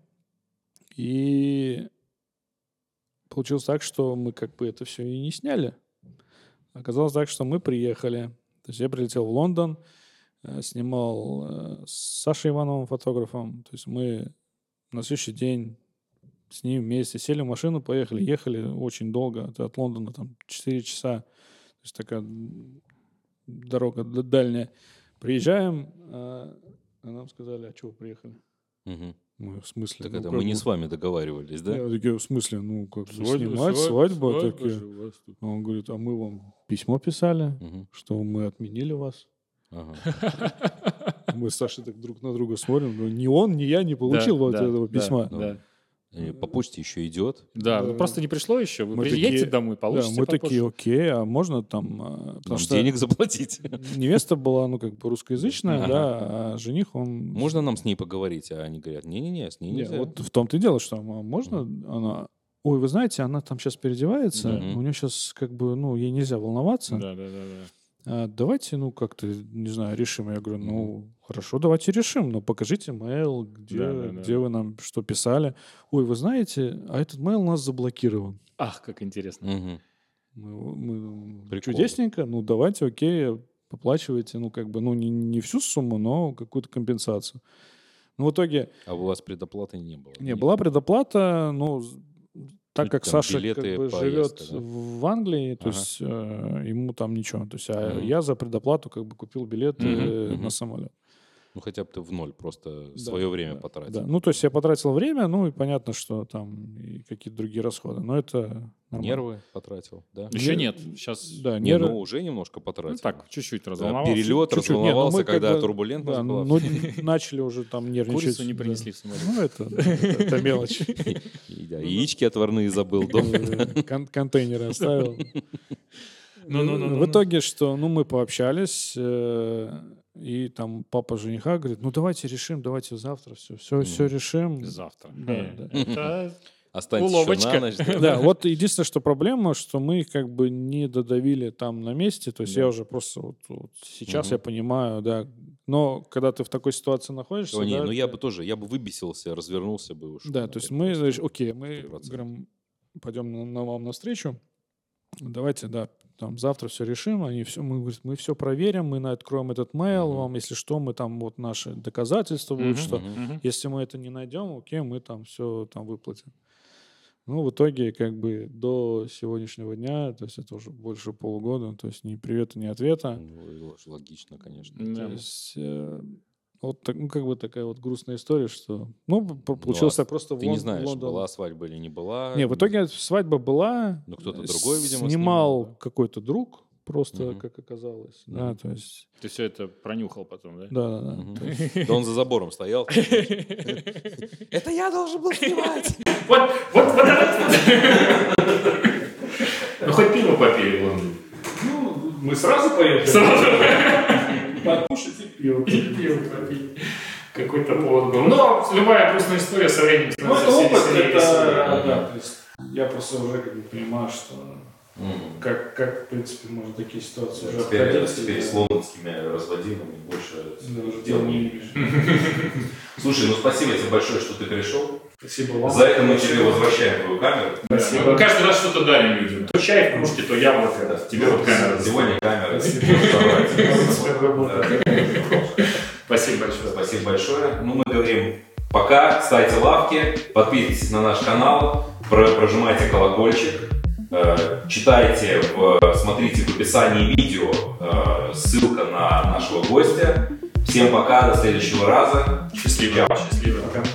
И получилось так, что мы как бы это все и не сняли. Оказалось так, что мы приехали. То есть я прилетел в Лондон, э, снимал э, с Сашей Ивановым, фотографом. То есть мы на следующий день с ним вместе сели в машину, поехали, ехали очень долго. Это от Лондона там 4 часа. То есть такая м, дорога д- дальняя. Приезжаем, э, а нам сказали, а чего вы приехали? Мгм. Мы в смысле? Так ну, это как мы не бы- с вами договаривались, да? Я такие, в смысле, ну, как бы снимать, свадьба, такие. А Он говорит, а мы вам письмо писали, Мгм. что мы отменили вас. Ага. Мы с Сашей так друг на друга смотрим, но ни он, ни я не получил вот этого письма. Ну, Ну, Да, Да, да. И По почте еще идет. Да, ну Да. просто не пришло еще. Вы Мы приедете такие- домой, получите мы попозже. такие, окей, а можно там... а, Потому Нам что денег заплатить. невеста была, ну, как бы русскоязычная, Ага. да, а жених, он... Можно нам с ней поговорить? А они говорят, не-не-не, с ней Не, нельзя. вот в том-то и дело, что а можно она... Ой, вы знаете, она там сейчас переодевается, Мгм. у нее сейчас как бы, ну, ей нельзя волноваться. Да, да, да, да. «А, давайте, ну, как-то, не знаю, решим. Я говорю, ну, хорошо, давайте решим, но покажите мейл, где, Да, да, да, где вы нам что писали. Ой, вы знаете, а этот мейл у нас заблокирован. Ах, как интересно. Мгм. Мы- мы- Прикол. чудесненько, ну, давайте, окей, поплачивайте, ну, как бы, ну, не, не всю сумму, но какую-то компенсацию. Ну, в итоге, А у вас предоплаты не было? не, была предоплата, ну, з- так Ну, как там Саша как билеты, бы поездка, живет да? в Англии, то Ага. есть э, ему там ничего. То есть а Мгм. я за предоплату как бы купил билет Мгм, э, мгм. на самолет. Ну, хотя бы ты в ноль просто Да, свое время да, потратил. да. Ну, то есть я потратил время, ну и понятно, что там и какие-то другие расходы. Но это нормально. Нервы потратил, да? Еще Не- нет. Сейчас. Да, Не, нервы. ну, уже немножко потратил. Ну, так, чуть-чуть Да, разволновался. Перелет Чуть-чуть. Не, ну, мы разволновался, как когда бы- турбулентность Да, была. ну, начали уже там нервничать. Курицу не да. принесли в самолет. Ну, это, это- это мелочь. И, ну, да, яички отварные забыл дома. Э, кон- Контейнеры оставил. Ну, ну, ну, ну, в ну. итоге, что, ну, мы пообщались, э, и там папа жениха говорит, ну, давайте решим, давайте завтра все, все, все Мгм. решим. Завтра. Да, Э, да. это- Останется Уловочка. еще на ночь. да. Да, вот единственное, что проблема, что мы их как бы не додавили там на месте, то есть Да. я уже просто вот, вот сейчас Мгм. я понимаю, да, но когда ты в такой ситуации находишься, О, не, да, ну я ты- бы тоже, я бы выбесился, развернулся бы и ушел. Да, то есть мы, знаешь, окей, мы 100%. говорим, пойдем на, на вам навстречу, давайте, да, там завтра все решим, они все, мы, говорит, мы все проверим, мы на- откроем этот mail Мгм. вам, если что, мы там вот наши доказательства будут, Мгм, что мгм. мгм. если мы это не найдем, окей, мы там все там выплатим. Ну, в итоге, как бы до сегодняшнего дня, то есть это уже больше полугода, то есть ни привета, ни ответа. Ну, Логично, конечно. Да. То есть, э, вот так, ну, как бы такая вот грустная история, что, ну, п- получилось а так просто в Ты не Лон- знаешь, Лондон. была свадьба или не была. Не, в итоге свадьба была. Ну, кто-то э, другой, видимо, снимал, Снимал да. какой-то друг, просто, Мгм. как оказалось. Мгм. Да, то есть, Ты все это пронюхал потом, да? да, да, да. Мгм. Да он за забором стоял. Это я должен был снимать. Вот, вот, вот, Ну, хоть пиво попили, ладно. Ну, мы сразу поехали. Покушать и пиво. Какой-то повод был. Но любая грустная история со временем Ну, становится это все опыт, веселее и веселее. это... да, то есть Я просто уже как бы понимаю, что как, как, в принципе, можно такие ситуации уже Теперь, обходить. теперь и- с лондонскими разводимыми больше Да, уже дел дело не не имеешь. имеешь. Слушай, ну спасибо тебе большое, что ты пришел. Спасибо вам. За это мы тебе возвращаем твою камеру. Мы Ну, каждый раз что-то дарим людям. То чай в кружке, то яблоко. Тебе вот камера. Сегодня камера. Да. Спасибо большое. Спасибо большое. Ну, мы говорим пока, ставьте лавки, подписывайтесь на наш канал, про- прожимайте колокольчик, э, читайте, в- смотрите в описании видео э, ссылка на нашего гостя. Всем пока, до следующего раза. Счастливо. Счастливо. Пока.